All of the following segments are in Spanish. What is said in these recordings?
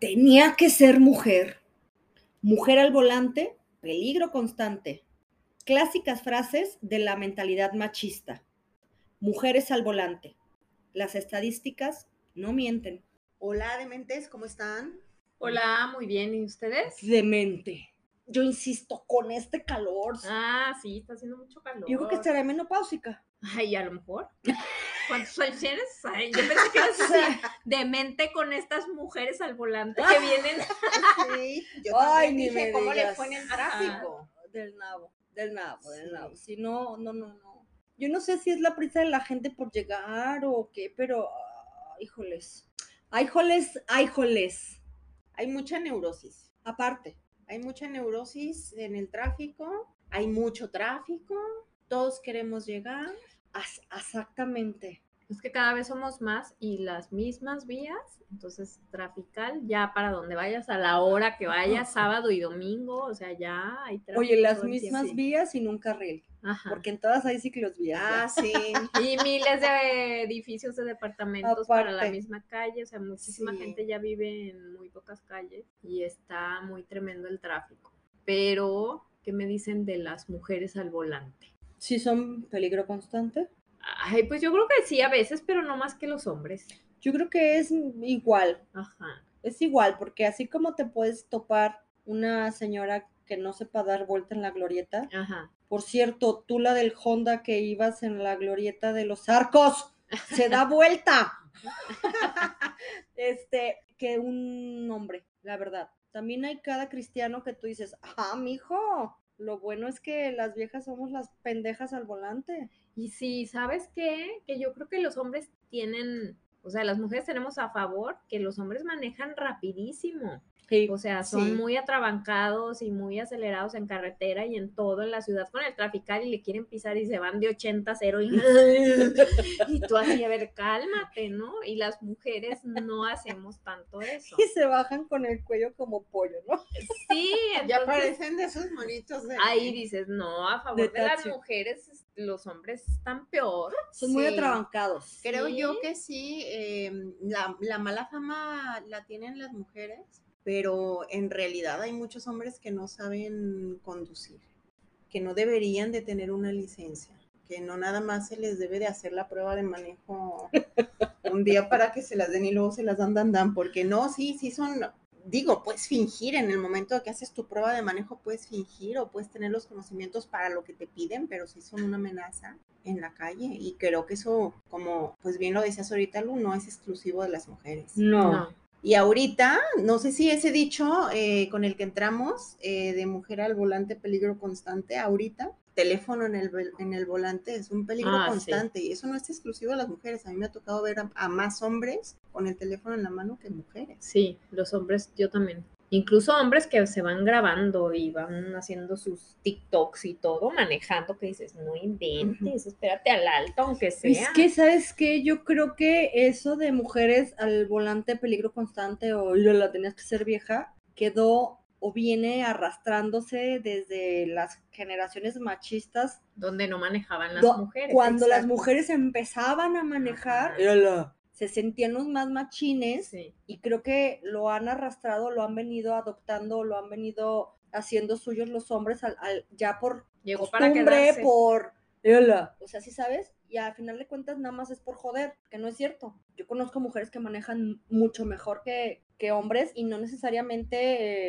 tenía que ser mujer. Mujer al volante, peligro constante. Clásicas frases de la mentalidad machista. Mujeres al volante. Las estadísticas no mienten. Hola, dementes, ¿cómo están? Hola, muy bien. ¿Y ustedes? Demente. Yo insisto, con este calor. Ah, sí, está haciendo mucho calor. Yo creo que estaré menopáusica. Ay, a lo mejor. ¿Cuántos años tienes? Ay, yo pensé que eras así, demente con estas mujeres al volante que vienen. Sí, Ay, también ni dije, me ¿cómo le digas. fue en el Ajá. tráfico? Del nabo, del nabo, Sí. del nabo. Si no, no, no, no. Yo no sé si es la prisa de la gente por llegar o qué, pero, ah, híjoles. Ay, joles, ay, joles. Hay mucha neurosis. Aparte. Hay mucha neurosis en el tráfico, hay mucho tráfico, todos queremos llegar. as- exactamente. Es que cada vez somos más y las mismas vías, entonces trafical, ya para donde vayas, a la hora que vayas, sábado y domingo, o sea, ya hay tráfico. Oye, las todo el mismas tiempo. vías y nunca un carril, Ajá. porque en todas hay ciclovías. Ah, ya. sí. Y miles de edificios de departamentos para la Aparte. misma calle, o sea, muchísima Sí. gente ya vive en muy pocas calles y está muy tremendo el tráfico. Pero, ¿qué me dicen de las mujeres al volante? Sí son peligro constante. Ay, pues yo creo que sí a veces, pero no más que los hombres. Yo creo que es igual, Ajá. es igual, porque así como te puedes topar una señora que no sepa dar vuelta en la glorieta, Ajá. por cierto, tú la del Honda que ibas en la glorieta de los arcos, se da vuelta. este, que un hombre, la verdad. También hay cada cristiano que tú dices, ah, mijo, lo bueno es que las viejas somos las pendejas al volante. Y sí, ¿sabes qué? Que yo creo que los hombres tienen, o sea, las mujeres tenemos a favor que los hombres manejan rapidísimo. Sí, O sea, son Sí. muy atrabancados y muy acelerados en carretera y en todo en la ciudad con el trafical y le quieren pisar y se van de 80 a 0 y, y tú así, a ver, cálmate, ¿no? Y las mujeres no hacemos tanto eso. y se bajan con el cuello como pollo, ¿no? Sí, Ya entonces parecen de esos monitos de... ahí dices, no, a favor de, las taxi. mujeres, los hombres están peor. Son muy Sí. atrabancados. Creo Sí. yo que sí, eh, la, la mala fama la tienen las mujeres, pero en realidad hay muchos hombres que no saben conducir, que no deberían de tener una licencia, que no nada más se les debe de hacer la prueba de manejo un día para que se las den y luego se las dan, dan, dan, porque no, sí, sí son... Digo, puedes fingir en el momento de que haces tu prueba de manejo, puedes fingir o puedes tener los conocimientos para lo que te piden, pero sí son una amenaza en la calle y creo que eso, como pues bien lo decías ahorita, Lu, no es exclusivo de las mujeres. No. Y ahorita, no sé si ese dicho eh, con el que entramos, eh, de mujer al volante, peligro constante, ahorita, teléfono en el, vel- en el volante es un peligro Ah, sí. constante y eso no es exclusivo de las mujeres. A mí me ha tocado ver a, a más hombres con el teléfono en la mano que mujeres. Sí, los hombres, yo también. Incluso hombres que se van grabando y van haciendo sus TikToks y todo, manejando, que dices, no inventes, espérate al alto, aunque sea. Es que, ¿sabes qué? Yo creo que eso de mujeres al volante peligro constante o "Yo la tenías que ser vieja quedó o viene arrastrándose desde las generaciones machistas Donde no manejaban las do- mujeres. cuando las exacto. mujeres empezaban a manejar Ajá. "Yala", se sentían los más machines Sí. y creo que lo han arrastrado, lo han venido adoptando, lo han venido haciendo suyos los hombres al- al- ya por Llegó para costumbre, quedarse. por... O sea, sí sabes, y al final de cuentas nada más es por joder, que no es cierto. Yo conozco mujeres que manejan mucho mejor que, que hombres y no necesariamente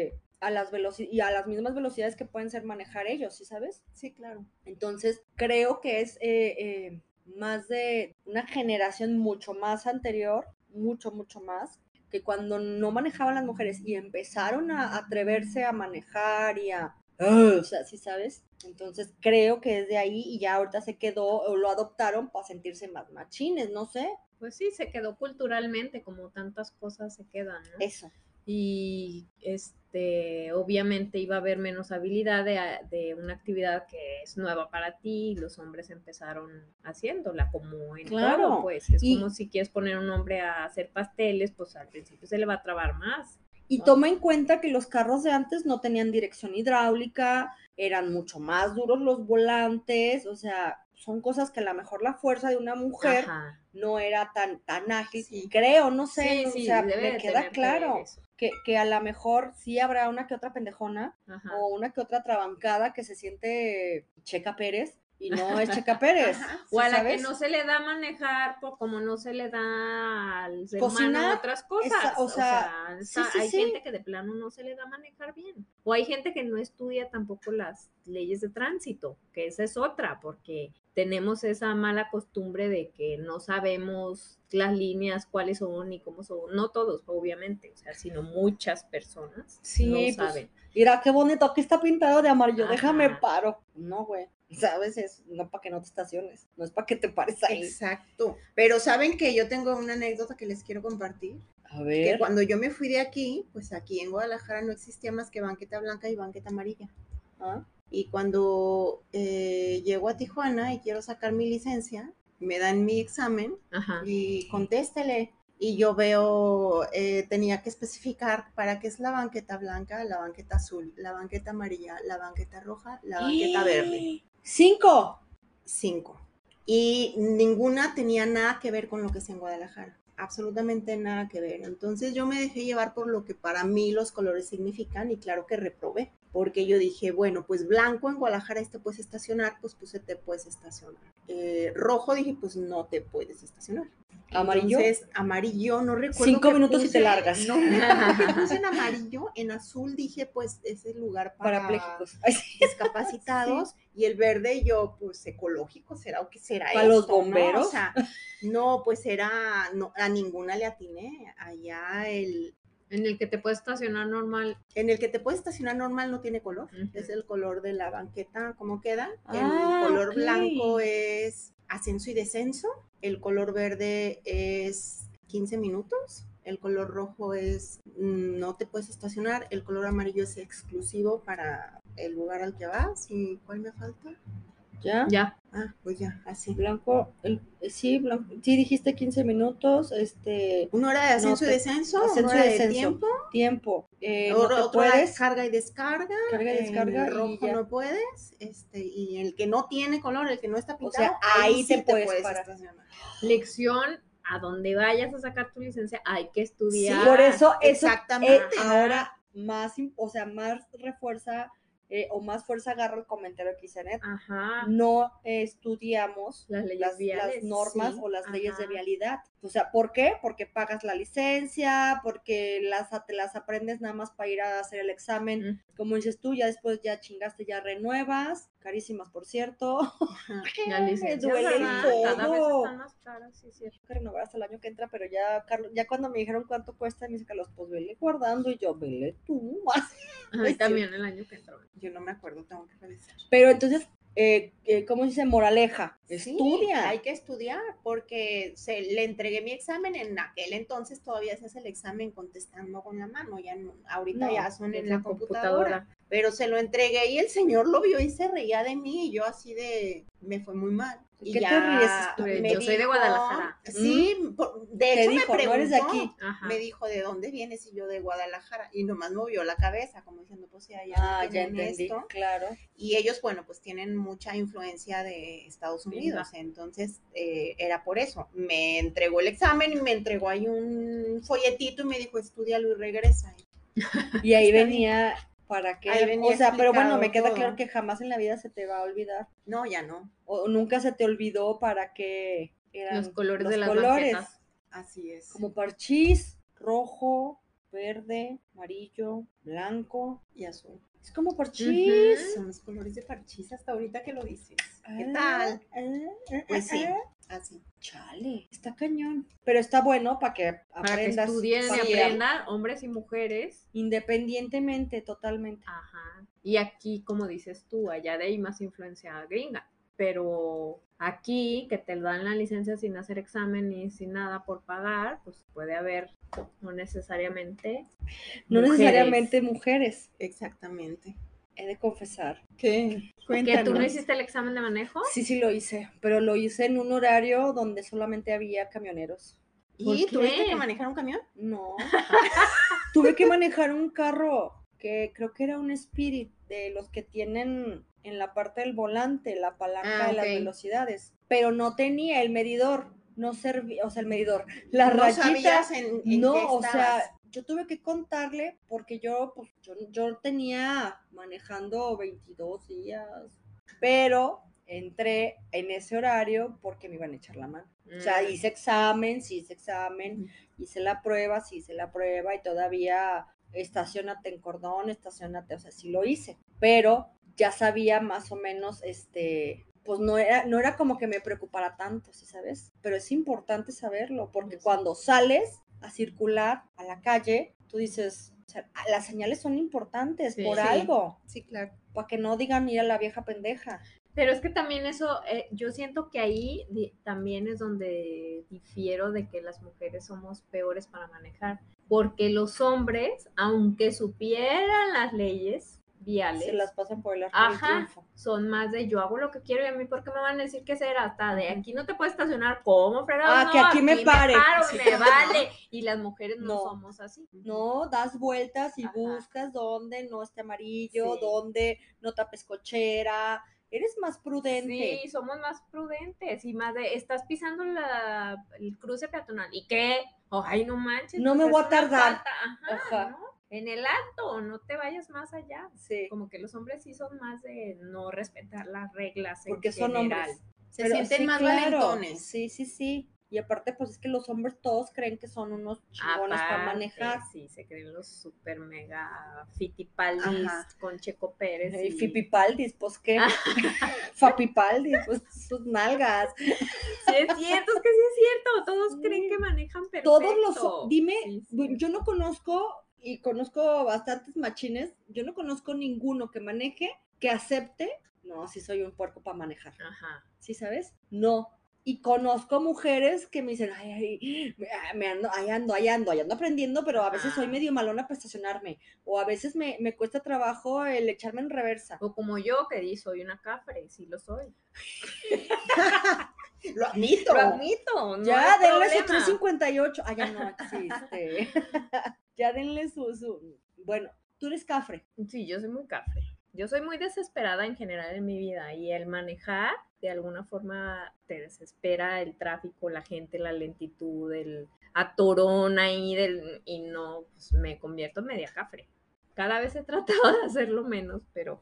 eh, a las veloci- y a las mismas velocidades que pueden ser manejar ellos, ¿sí sabes? Sí, claro. Entonces, creo que es eh, eh, más de una generación mucho más anterior, mucho, mucho más, que cuando no manejaban las mujeres y empezaron a atreverse a manejar y a... ¡ah! o sea, sí sabes. Entonces creo que es de ahí y ya ahorita se quedó o lo adoptaron para sentirse más machines, no sé. Pues sí, se quedó culturalmente, como tantas cosas se quedan, ¿no? Eso. y este obviamente iba a haber menos habilidad de, ah, de una actividad que es nueva para ti y los hombres empezaron haciéndola como en Claro, todo pues es y- como si quieres poner un hombre a hacer pasteles pues al principio se le va a trabar más Y ¿no? toma en cuenta que los carros de antes no tenían dirección hidráulica, eran mucho más duros los volantes, o sea, son cosas que a lo mejor la fuerza de una mujer Ajá. no era tan, tan ágil, Sí. creo, no sé, sí no- sí o sea, debe me de queda tener que ver claro eso. que, que a lo mejor sí habrá una que otra pendejona Ajá. o una que otra trabancada que se siente Checa Pérez y no es Checa Pérez. Ajá. O ¿sí a la sabes? que no se le da manejar, por como no se le da al ser Cocinar, humano otras cosas. esa- o o sea, sea, sí, está- sí, hay sí. gente que de plano no se le da manejar bien. O hay gente que no estudia tampoco las leyes de tránsito, que esa es otra, porque tenemos esa mala costumbre de que no sabemos las líneas, cuáles son y cómo son. No todos, obviamente, o sea, sino muchas personas Sí, no pues, saben. Mira qué bonito, aquí está pintado de amarillo, déjame Ajá. paro. No, güey, sabes, es no para que no te estaciones, no es para que te pares ahí. Exacto. Pero saben que yo tengo una anécdota que les quiero compartir. A Que ver, cuando yo me fui de aquí, pues aquí en Guadalajara no existía más que banqueta blanca y banqueta amarilla. ah, Y cuando eh, llego a Tijuana y quiero sacar mi licencia, me dan mi examen Ajá. y contéstele. Y yo veo, eh, tenía que especificar para qué es la banqueta blanca, la banqueta azul, la banqueta amarilla, la banqueta roja, la banqueta Ah, verde. Cinco. Cinco. Y ninguna tenía nada que ver con lo que es en Guadalajara. Absolutamente nada que ver. Entonces yo me dejé llevar por lo que para mí los colores significan y claro que reprobé. Porque yo dije, bueno, pues blanco en Guadalajara este puedes estacionar, pues puse te puedes estacionar. Eh, rojo dije, pues no te puedes estacionar. Amarillo. Entonces, amarillo, no recuerdo. Cinco qué minutos y te puse, largas. No me acuerdo qué puse en amarillo, en azul dije, pues es el lugar para, Parapléjicos. Ay, sí. discapacitados. Y el verde, yo, pues ecológico, será o qué será. ¿Para los esto, no? bomberos? O sea, no, pues era, no, a ninguna le atiné. Allá el, En el que te puedes estacionar normal. en el que te puedes estacionar normal no tiene color. Ujú. Es el color de la banqueta, como queda. Ah, el color ok. blanco es ascenso y descenso. El color verde es 15 minutos. El color rojo es mm, no te puedes estacionar. El color amarillo es exclusivo para el lugar al que vas. ¿Y cuál me falta? Ya. Ya. Ah, pues ya, así. Blanco, el- eh, sí, blanco. Sí, dijiste 15 minutos, este, Una hora de ascenso No, y te- descenso, ascenso y pues, una hora de descenso. tiempo, tiempo. Eh, no otro- te otra hora de puedes, carga y descarga, carga y en descarga el y rojo ya. no puedes, este, y el que no tiene color, el que no está O pintado, sea, ahí te sí puedes parar. estacionar. lección a donde vayas a sacar tu licencia hay que estudiar. Por eso eso Exactamente. eh, ahora más, im- o sea, más refuerza eh, o más fuerza agarra el comentario que hice en Ajá. No eh, estudiamos Las leyes las, viales. las normas sí, o las leyes de ajá. vialidad. O sea, ¿por qué? Porque pagas la licencia, porque las, a- te las aprendes nada más para ir a hacer el examen. Ujú. Como dices tú, ya después ya chingaste, ya renuevas, carísimas por cierto. La me licencia, Eh, duele ¿verdad? Cada vez todo. están más caras, sí, es cierto. que renovar hasta el año que entra, pero ya Carlos, ya cuando me dijeron cuánto cuesta, me dice Carlos, pues vele guardando y yo, vele tú. Ay, Es cierto. también el año que entró. Yo no me acuerdo, tengo que revisar. Pero entonces, eh, eh, ¿cómo se dice? Moraleja. Sí, Estudia. hay que estudiar porque se, le entregué mi examen en aquel entonces todavía se hace el examen contestando con la mano, ya no- ahorita No, ya son en Es la computadora. pero se lo entregué y el señor lo vio y se reía de mí y yo así de me fue muy mal. Y ¿Qué te ya ríes, tú? Yo soy de Guadalajara. Sí, por- de Mm. Te hecho dijo, me preguntó, no eres de aquí. Ajá. me dijo de dónde vienes y yo de Guadalajara y nomás movió la cabeza como diciendo pues ya, ya, Ah, ya tienen entendí. esto. Claro. Y ellos bueno pues tienen mucha influencia de Estados Unidos, entonces eh, era por eso. Me entregó el examen y me entregó ahí un folletito y me dijo estudialo y regresa. Y ahí Está bien. venía para qué. Ahí venía o sea, pero bueno, explicado me queda todo. claro que jamás en la vida se te va a olvidar. No, ya no, O nunca se te olvidó para qué eran Los colores de las colores, banquetas. así es. Como parchís, rojo, verde, amarillo, blanco. y azul. Es como parchís. Son los colores de parchís hasta ahorita que lo dices. ¿Qué Ah, tal? ah, ah, Pues sí, ah. así. Chale, está cañón. Pero está bueno para que Para que aprendas. estudien y sí, aprendan hombres y mujeres. Independientemente, totalmente. Ajá. Y aquí, como dices tú, allá de ahí más influencia gringa. Pero aquí, que te dan la licencia sin hacer examen y sin nada por pagar, pues puede haber, no necesariamente. No mujeres. necesariamente mujeres. Exactamente. He de confesar. ¿Qué? ¿Que tú no Cuéntanos. hiciste el examen de manejo? Sí, sí lo hice, pero lo hice en un horario donde solamente había camioneros. ¿Por ¿Y tuviste qué? que manejar un camión? No. Tuve que manejar un carro que creo que era un Spirit de los que tienen en la parte del volante la palanca Ah, de las ok. velocidades, pero no tenía el medidor, no servía, o sea, el medidor, la no rayita. sabías en, en no, qué o estabas. sea, yo tuve que contarle porque yo, pues, yo, yo tenía manejando 22 días, pero entré en ese horario porque me iban a echar la mano. O sea, Mm. hice examen, sí hice examen, Ujú. hice la prueba, sí hice la prueba y todavía estacionate en cordón, estacionate, o sea, sí lo hice, pero ya sabía más o menos, este, pues no era, no era como que me preocupara tanto, ¿sí sabes? Pero es importante saberlo, porque Sí. cuando sales a circular a la calle, tú dices, o sea, "Ah, las señales son importantes Sí. por Sí. algo, Sí, claro. para que no digan, mira la vieja pendeja. Pero es que también eso, eh, yo siento que ahí di- también es donde difiero de que las mujeres somos peores para manejar. Porque los hombres, aunque supieran las leyes viales, Se las pasan por el arco del Ajá. triunfo. son más de yo hago lo que quiero y a mí por qué me van a decir que será hasta de aquí no te puedes estacionar como fregado Ah, no, que aquí me pare. paro, Sí, me no. vale y las mujeres no, No. somos así No, das vueltas y Ajá. buscas dónde no esté amarillo, Sí. dónde no tapes cochera. Eres más prudente. sí somos más prudentes y más de estás pisando la, el cruce peatonal y qué ay no manches No pues me voy es a una tardar. falta, ajá, Ajá. ¿no? en el alto no te vayas más allá Sí, como que los hombres sí son más de no respetar las reglas en porque son general. hombres. Se Pero sienten sí, más claro, valentones. Sí, sí, sí. Y aparte, pues es que los hombres todos creen que son unos chingones para Aparte, manejar. Sí, se creen los super mega fitipaldis Ajá. con Checo Pérez. Y y- Fipipaldis, pues qué. Fapipaldis, pues sus nalgas. Sí, es cierto, es que sí es cierto. Todos creen que manejan perfecto. Todos los. Dime, Sí, sí. yo no conozco, y conozco bastantes machines, yo no conozco ninguno que maneje, que acepte. No, sí soy un puerco para manejar. Ajá. ¿sí sabes? No. Y conozco mujeres que me dicen, ay, ay, me- ah, me ando, ahí ando, ahí ando, ahí ando aprendiendo, pero a veces soy Ajá. medio malona para estacionarme. O a veces me, me cuesta trabajo el echarme en reversa. O como yo que di, soy una cafre, sí lo soy. Lo admito. Lo admito. No ya, hay denle su problema. 358. Ah, ya no existe. ya denle su, su. Bueno, tú eres cafre. Sí, yo soy muy cafre. Yo soy muy desesperada en general en mi vida y el manejar de alguna forma te desespera el tráfico, la gente, la lentitud, el atorón ahí del, y no, pues me convierto en media cafre. Cada vez he tratado de hacerlo menos, pero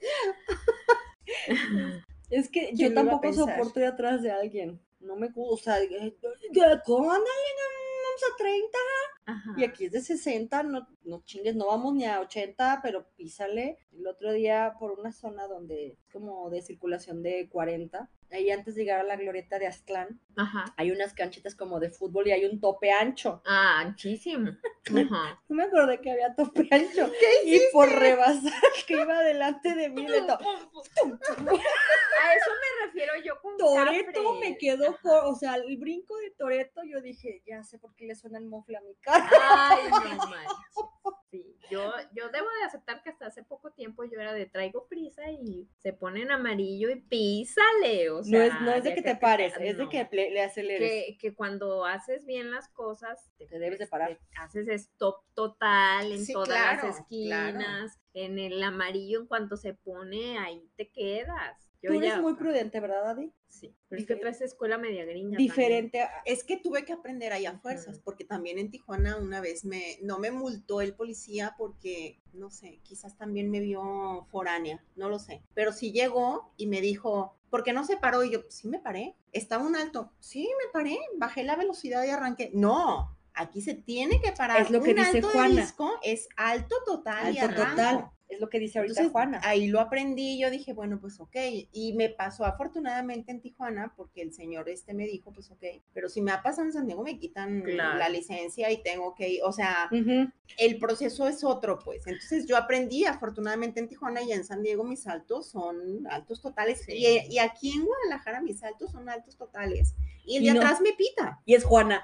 Es que ¿Quién yo lo iba a tampoco pensar? soporto ir atrás de alguien. No me gusta. eh, ya, ¿Cómo? Ándale, no, vamos a 30. ajá, Y aquí es de 60, no, no chingues, no vamos ni a 80, pero písale. El otro día por una zona donde es como de circulación de 40, ahí antes de llegar a la glorieta de Aztlán, ajá. hay unas canchitas como de fútbol y hay un tope ancho. Ah, anchísimo. Ajá. No me acordé que había tope ancho. Y por rebasar que iba delante de mí, le to- A eso me refiero yo con Toreto cafre. me quedó, Ajá. co- o sea, el brinco de Toreto, yo dije, ya sé por qué le suena el mofle a mi cara. Ay, no manches. Sí, yo, yo debo de aceptar que hasta hace poco tiempo yo era de traigo prisa y se pone en amarillo y písale. O sea, no, es, no es de que te pares, es de no. que le, le aceleres. Que, que cuando haces bien las cosas, te, Te debes de parar. te haces stop total en Sí, todas claro, las claro. esquinas, en el amarillo, en cuanto se pone, ahí te quedas. Yo Tú eres ya- muy prudente, ¿verdad, Adi? Sí, pero es que Diferente. traes escuela media gringa. también. Diferente. a- Es que tuve que aprender ahí a fuerzas, Ujú. porque también en Tijuana una vez me, no me multó el policía porque, no sé, quizás también me vio foránea, no lo sé. Pero sí llegó y me dijo, ¿por qué no se paró? Y yo, sí me paré, estaba un alto, sí me paré, bajé la velocidad y arranqué. No, Aquí se tiene que parar. Es lo que Un dice alto de Juana. disco es alto total y Alto arranco. total. Es lo que dice ahorita Entonces, Juana. Ahí lo aprendí, yo dije, bueno, pues ok, y me pasó afortunadamente en Tijuana porque el señor este me dijo, pues ok, pero si me ha pasado en Santiago me quitan Claro. la licencia y tengo que, ir, o sea, Ujú. el proceso es otro, pues. Entonces yo aprendí afortunadamente en Tijuana y en San Diego mis saltos son altos totales Sí. y, y aquí en Guadalajara mis saltos son altos totales y el Y de no- atrás me pita. Y es Juana.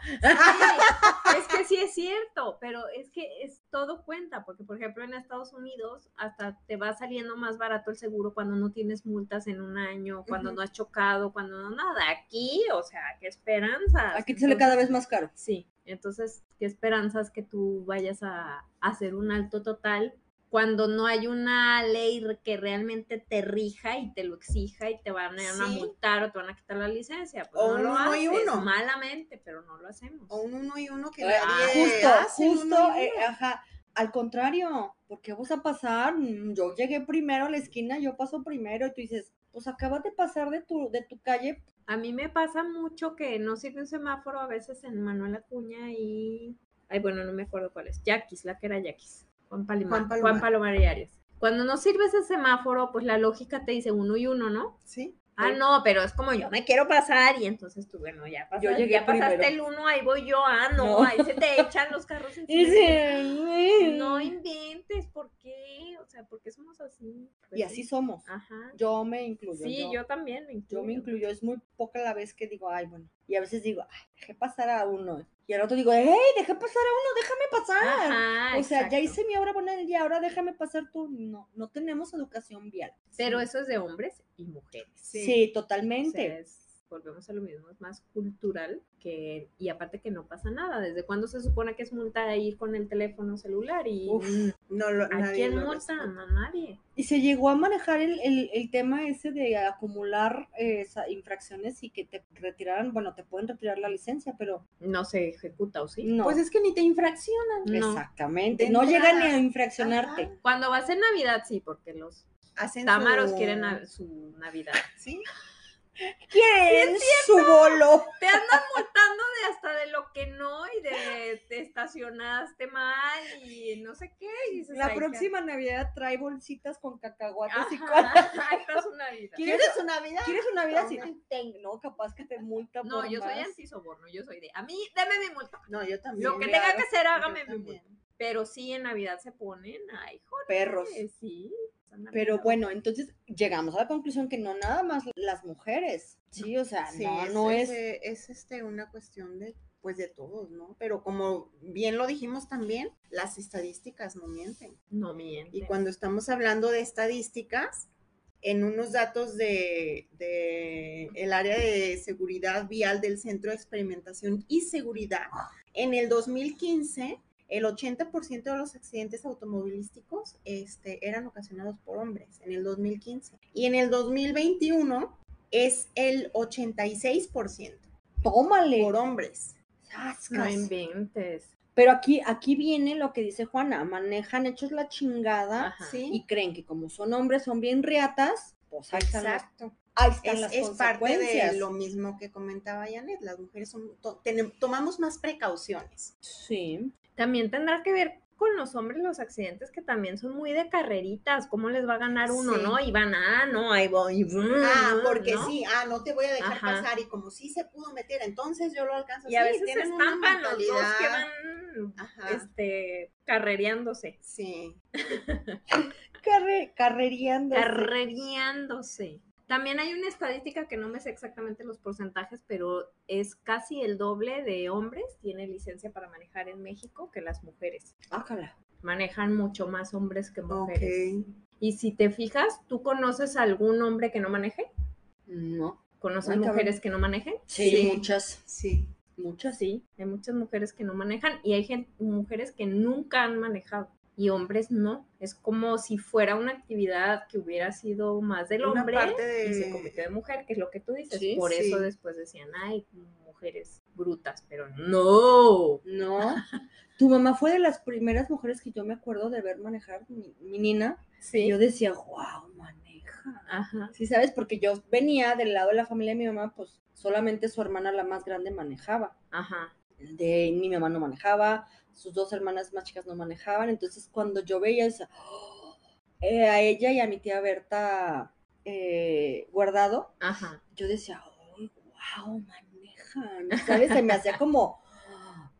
Sí, es que sí es cierto, pero es que es todo cuenta, porque por ejemplo en Estados Unidos hasta te va saliendo más barato el seguro cuando no tienes multas en un año, cuando Ujú. no has chocado, cuando no nada. Aquí, o sea, qué esperanzas. Aquí te sale cada ah, Entonces, vez más caro. Sí, entonces qué esperanzas que tú vayas a hacer un alto total cuando no hay una ley re- que realmente te rija y te lo exija y te van a Sí. multar o te van a quitar la licencia. Pues O no lo un uno y haces, uno. malamente, pero no lo hacemos. O un uno y uno que Ah, nadie justo, hace, un justo, uno y eh, uno. ajá. Al contrario, porque vas a pasar? Mm, Yo llegué primero a la esquina, yo paso primero y tú dices, pues acabas de pasar de tu, de tu calle. A mí me pasa mucho que no sirve un semáforo a veces en Manuel Acuña y. Ay, bueno, no me acuerdo cuál es. Yaquis, la que era Yaquis. Juan Palomar. Juan Juan Palomar. Palomar. y Arias. Cuando no sirve ese semáforo, pues la lógica te dice uno y uno, ¿no? Sí. Ah, no, pero es como yo me quiero pasar y entonces tú, bueno, ya pasaste, llegué ya pasaste primero. el uno, ahí voy yo, ah, no, No. ahí se te echan los carros Y encima. dices, No "Mm". inventes, ¿por qué? O sea, ¿por qué somos así? Pues Y así somos. Ajá. Yo me incluyo. Sí, yo, yo, también me yo me incluyo. Es muy poca la vez que digo, ay, bueno. Y a veces digo, ay, dejé pasar a uno. Y al otro digo, hey, dejé pasar a uno, déjame pasar. Ajá, o sea, ya exacto. hice mi obra buena y ahora déjame pasar tú. No, no tenemos educación vial. Pero eso es de hombres y mujeres. Sí. Sí, O sea, totalmente. es- volvemos a lo mismo, es más cultural que, y aparte que no pasa nada. ¿Desde cuándo se supone que es multa ir con el teléfono celular? Y Uf, No lo, ¿a nadie quién lo multan? respeta. A nadie. Y se llegó a manejar el, el- el tema ese de acumular eh, esa- infracciones y que te retiraran, bueno, te pueden retirar la licencia, pero No se ejecuta, ¿o sí? no. Pues es que ni te infraccionan. No. exactamente. De No llegan ni entrada. a infraccionarte. Ajá. Cuando va a ser Navidad, sí, porque los Hacen támaros su- quieren na- su Navidad. Sí. ¿Quién? Su bolo. Te andan multando de hasta de lo que no y de te estacionaste mal y no sé qué. y dices, "Ay, La ya". próxima Navidad trae bolsitas con cacahuates y con... Ajá, esta es su Navidad. ¿Quieres su Navidad? ¿Quieres una Navidad si Toma. No, capaz que te multa No, por yo soy más. antisoborno, yo soy de, a mí, deme mi multa. No, yo también. Lo que claro, tenga que hacer, yo hágame mi también. multa. Pero sí, en Navidad se ponen, ay, joder. Perros. Sí. son Pero navideños. bueno, entonces llegamos a la conclusión que no nada más las mujeres, sí, o sea, Sí, no, es, no es, eh, es, este, una cuestión de, pues de todos, ¿no? Pero como bien lo dijimos también, las estadísticas no mienten. No mienten. Y cuando estamos hablando de estadísticas, en unos datos de, de el área de seguridad vial del Centro de Experimentación y Seguridad, en el 2015, el 80% de los accidentes automovilísticos este, eran ocasionados por hombres, en el 2015. Y en el 2021 es el 86% tómale. por hombres. Zascas. No inventes. Pero aquí, aquí viene lo que dice Juana, manejan hechos la chingada Ajá. Ah, Sí, y creen que como son hombres, son bien riatas, pues ahí están, las, exacto. ahí están es, las es parte consecuencias. de lo mismo que comentaba Janet, las mujeres son- to- tenem- tomamos más precauciones. Sí, También tendrá que ver con los hombres los accidentes que también son muy de carreritas. ¿Cómo les va a ganar uno, Sí. no? Y van, ah, no, ahí voy. y brum, Ah, brum, porque ¿no? sí, ah, no te voy a dejar Ajá. pasar y como sí se pudo meter, entonces yo lo alcanzo. Y a Sí, veces se tienen una estampan los dos que mentalidad. van Ajá, este, carrereándose. sí. Carre, carrereando. Carrereándose. También hay una estadística que no me sé exactamente los porcentajes, pero es casi el doble de hombres tiene licencia para manejar en México que las mujeres. este Ah, Manejan mucho más hombres que mujeres. Y si te fijas, ¿tú conoces a algún hombre que no maneje? No. ¿Conoces Ay, cabrón. mujeres que no manejen? Sí, Sí. muchas, Sí, muchas. Sí, hay muchas mujeres que no manejan y hay gen- mujeres que nunca han manejado y hombres no. Es como si fuera una actividad que hubiera sido más del una hombre parte y se convirtió de... de mujer, que es lo que tú dices. Sí, Por eso Eh, sí. después decían, ay, mujeres brutas, pero no. No. Tu mamá fue de las primeras mujeres que yo me acuerdo de ver manejar mi, mi nina. Y Sí. yo decía, wow, maneja. Ajá. Sí, sabes, porque yo venía del lado de la familia de mi mamá, pues solamente su hermana la más grande manejaba. Ajá. de ni mi mamá no manejaba, sus dos hermanas más chicas no manejaban, entonces cuando yo veía esa- eh, a ella y a mi tía Berta eh, guardado, Ajá. yo decía, "Oh, wow, manejan, ¿sabes? Se me hacía como,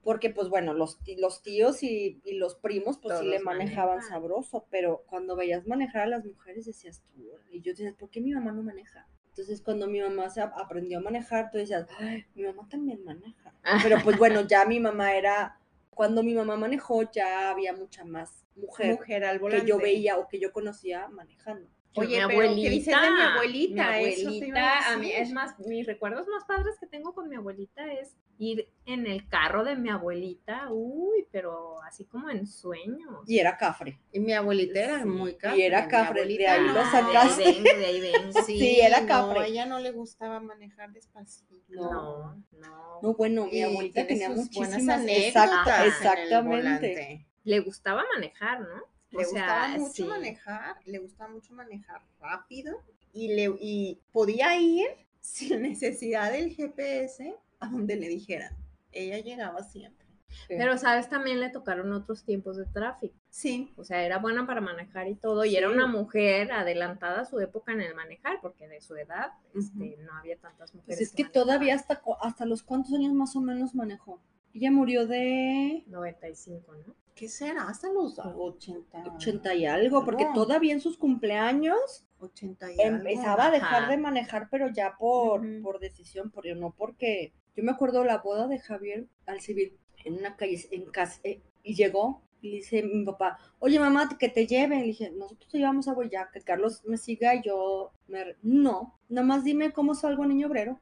porque pues bueno, los, ti- los tíos y, y los primos pues sí le Todos manejaban manejan. sabroso, pero cuando veías manejar a las mujeres decías tú, y yo decía, ¿por qué mi mamá no maneja? Entonces cuando mi mamá se ap- aprendió a manejar, tú decías, "Ay, mi mamá también maneja. Pero pues bueno, ya mi mamá era, cuando mi mamá manejó ya había mucha más mujer Mujer al volante. que yo veía o que que yo conocía manejando. Oye, pero ¿qué dices de mi abuelita? Mi Eso te iba a abuelita, a mí, decir. es más, mis recuerdos más padres que tengo con mi abuelita es ir en el carro de mi abuelita, uy, pero así como en sueños. Y era cafre. Y mi abuelita era Sí, muy y cafre. era mi cafre, de abuelita ahí Ah, lo no, sacaste. De ahí vengo, de ahí vengo. Sí, Sí, era No, cafre. a ella no le gustaba manejar despacito. No, no. No, bueno, mi Y abuelita tiene tenía sus buenas muchísimas anécdotas en el exactamente. volante. Le gustaba manejar, ¿no? Le O sea, gustaba mucho sí. manejar, le gustaba mucho manejar rápido y, le, y podía ir sin necesidad del GPS a donde le dijeran. Ella llegaba siempre. Pero, ¿sabes? También le tocaron otros tiempos de tráfico. Sí, O sea, era buena para manejar y todo. Y era Sí. una mujer adelantada a su época en el manejar, porque de su edad este, Ujú. no había tantas mujeres. Pues es que manejaran. todavía hasta, cu- hasta los cuántos años más o menos manejó. Ella murió de 95, ¿no? ¿qué será? Hasta los 80. 80 y algo, porque Ah. No. todavía en sus cumpleaños 80 y algo. empezaba a dejar Ajá. de manejar, pero ya por, Ujú. por decisión, porque no porque. Yo me acuerdo la boda de Javier al civil en una calle, en casa, y llegó. Y le dice mi papá, oye mamá, que te lleven. Le dije, nosotros te llevamos a Boyacá, que Carlos me siga y yo me... re-". No, nada más dime cómo salgo a Niño Obrero.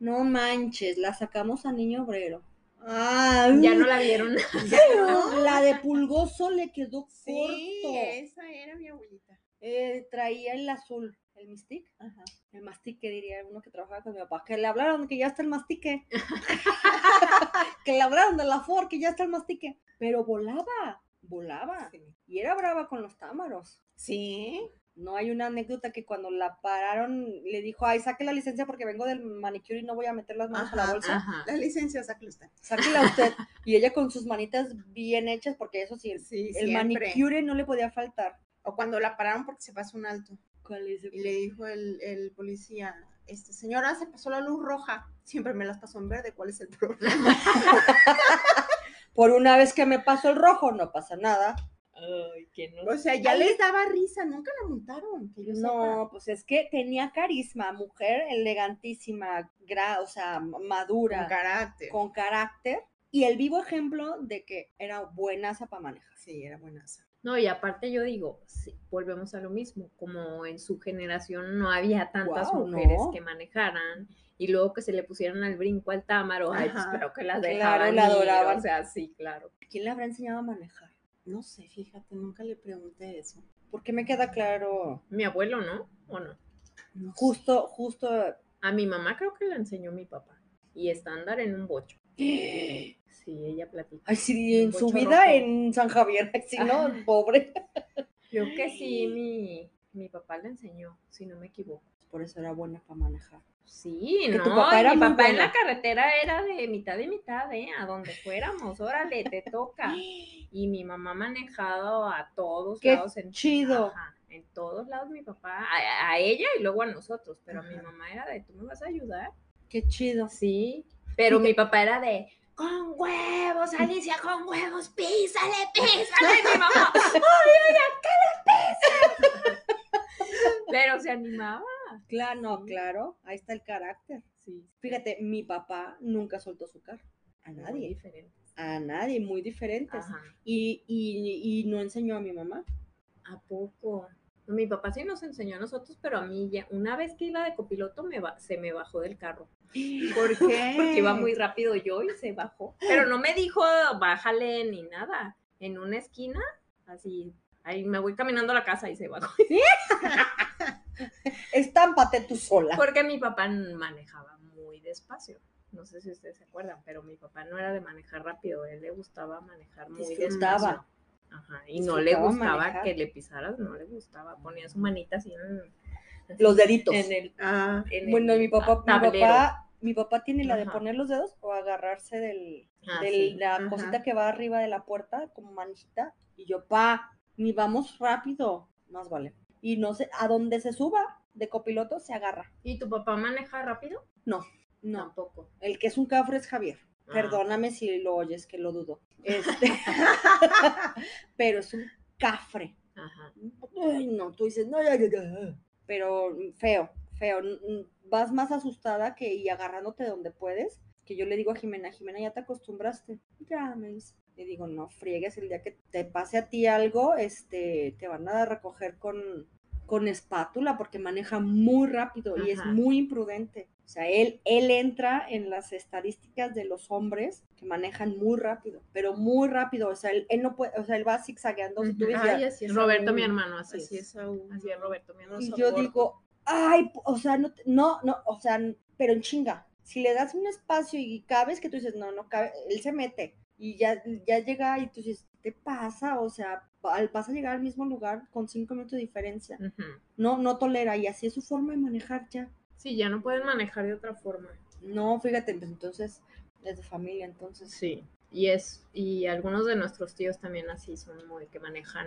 No manches, la sacamos a Niño Obrero. Ah, Ya no la vieron. pero la de Pulgoso le quedó Sí, corto. esa era mi abuelita. Eh, traía el azul, el Mystic, Ajá. el mastique, diría uno que trabajaba con mi papá, que le hablaron que ya está el mastique. que le hablaron de la FOR, que ya está el mastique. Pero volaba, volaba. Sí. Y era brava con los támaros. Sí. No hay una anécdota que cuando la pararon le dijo, ay, saque la licencia porque vengo del manicure y no voy a meter las manos a la Ajá, bolsa. Ajá. La licencia sáquela usted. Sáquela usted. y ella con sus manitas bien hechas, porque eso sí, el, Sí, el siempre. manicure no le podía faltar. O cuando la pararon porque se pasó un alto. ¿Cuál es? Y le dijo el, el policía, este, señora, se pasó la luz roja. Siempre me las pasó en verde, ¿cuál es el problema? Por una vez que me pasó el rojo, no pasa nada. Ay, que no. O sea, ya Ahí- les daba risa, nunca la montaron. Que yo No, pues es que tenía carisma, mujer elegantísima, gra- o sea, m- sepa, con madura, carácter. con carácter y el vivo ejemplo de que era buenaza para manejar. Sí, era buenaza. No, y aparte yo digo, sí, volvemos a lo mismo, como en su generación no había tantas Guau, mujeres no. que manejaran y luego que se le pusieran al brinco al támaro, ay, pues, Ajá. creo que las Claro, dejaban la ir, adoraban. o sea, sí, claro. ¿Quién le habrá enseñado a manejar? No sé, fíjate, nunca le pregunté eso. Porque me queda claro, Mi abuelo, ¿no? ¿O no? No sé. justo, justo, A mi mamá creo que la enseñó mi papá y estándar en un bocho. ay, Sí, ella platica. sí, en su Bocho vida rojo. en San Javier, ay, si no, pobre. Creo que sí, mi, mi papá la enseñó, si no me equivoco. Por eso era buena para manejar. Sí, Que no, tu papá y era mi muy papá en bueno. la carretera era de mitad y mitad, ¿eh? A donde fuéramos, órale, te toca. Y mi mamá ha manejado a todos Qué lados. En, chido. Ajá, en todos lados mi papá, a, a ella y luego a nosotros, pero mi Ajá. mamá era de, ¿tú me vas a ayudar? Qué chido. Sí, pero mi papá era de, con huevos, Alicia, con huevos, písale, písale, y mi mamá. ¡Ay, ay, ay, qué le pisa! Pero se animaba, Claro, no, Sí. claro, ahí está el carácter. sí. Fíjate, mi papá nunca soltó su carro. A muy nadie. diferente. A nadie, muy diferentes. Ajá. Y, y, y no enseñó a mi mamá. ¿A poco? No, Mi papá sí nos enseñó a nosotros, pero a mí ya, una vez que iba de copiloto me ba- se me bajó del carro, ¿Por qué? porque iba muy rápido yo y se bajó. Pero no me dijo bájale ni nada. En una esquina, así, ahí me voy caminando a la casa y se bajó. Estámpate tú sola. Porque mi papá manejaba muy despacio. No sé si ustedes se acuerdan, pero mi papá no era de manejar rápido, a él le gustaba manejar muy Disfrutaba. despacio. Ajá, y no le Disfrutaba gustaba manejar. que le pisaras, no le gustaba. Ponía su manita así en, Los deditos. en el Ah, en Bueno, el mi papá, mi tablero. papá, mi mi papá tiene la de Ajá. poner los dedos o agarrarse del, Ah, de sí. la Ajá. cosita que va arriba de la puerta, como manijita, y yo, pa, ni vamos rápido, más vale. Y no sé, a donde se suba de copiloto se agarra. ¿Y tu papá maneja rápido? No, Tampoco. el que es un cafre es Javier. Ah. Perdóname si lo oyes, que lo dudo. Este, pero es un cafre. Ajá. Ay, no, tú dices, no, ya, ya, ya. Pero mm, feo, feo. n- n- Vas más asustada que y agarrándote donde puedes. Que yo le digo a Jimena, Jimena, ya te acostumbraste. Ya, me dice. Le digo, no friegues, el día que te pase a ti algo, este, te van a recoger con, con espátula porque maneja muy rápido y es Ajá. muy imprudente. O sea, él, él entra en las estadísticas de los hombres que manejan muy rápido, pero muy rápido. O sea, él, él no puede, o sea, él va zigzagueando. si tú ves, ya- Ay, así es Roberto, mi Saúl, hermano, así, Así es. es aún. Así es, Roberto, mi hermano. Y no yo soporto. digo, ay, p- o sea, no, te- no, no, o sea, n- pero en chinga. Si le das un espacio y cabes, que tú dices, no, no cabe, él se mete. Y ya, ya llega y tú dices, ¿qué te pasa? O sea, va- al- vas a llegar al mismo lugar con cinco minutos de diferencia. Ujú. No, no tolera. Y así es su forma de manejar ya. Sí, ya no pueden manejar de otra forma. No, fíjate, pues entonces, es de familia, entonces. Sí. Y es, y algunos de nuestros tíos también así son muy que manejan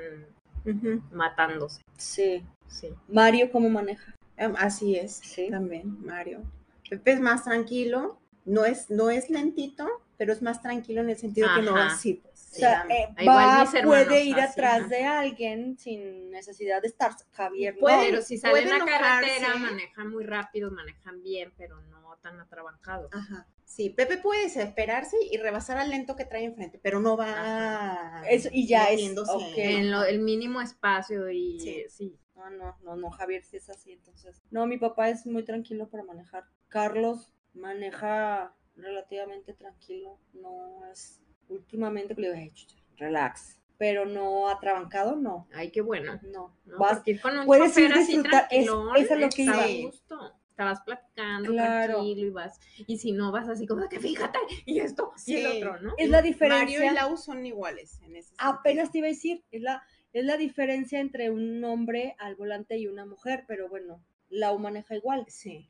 Ujú. matándose. Sí. Sí. Mario, ¿cómo maneja? Em, Así es, Sí. también, Mario. Pepe es más tranquilo, no es, no es lentito, pero es más tranquilo en el sentido que no va Ajá. así. pues, O sea, digamos. eh, Igual va, mis hermanos, puede ir así, atrás ajá. de alguien sin necesidad de estar. Javier, no. Puede- pero si salen pueden a carretera, enojarse. manejan muy rápido, manejan bien, pero no tan Ah, atrabancados. Ajá. Sí, Pepe puede desesperarse y rebasar al lento que trae enfrente, pero no va. Eso, y ya es, metiéndose. ok. En lo- el mínimo espacio y Sí. sí. No, no, no, no, Javier sí es así, entonces. No, mi papá es muy tranquilo para manejar. Carlos maneja relativamente tranquilo, no es últimamente que le digo, "Ey, chucha, relax, pero no atrabancado, no, Ay, qué bueno. no. ¿no? Vas, Porque ir con un puedes ir chofer así disfrutar, es- tranquilón, es a lo que estás a iba. gusto. Estabas platicando Claro. tranquilo y vas, y si no vas así como que fíjate, y esto, y Sí. el otro, ¿no? es la Mario diferencia, y Lau son iguales en ese sentido. apenas te iba a decir, es la, es la diferencia entre un hombre al volante y una mujer, pero bueno, Lau maneja igual. Sí.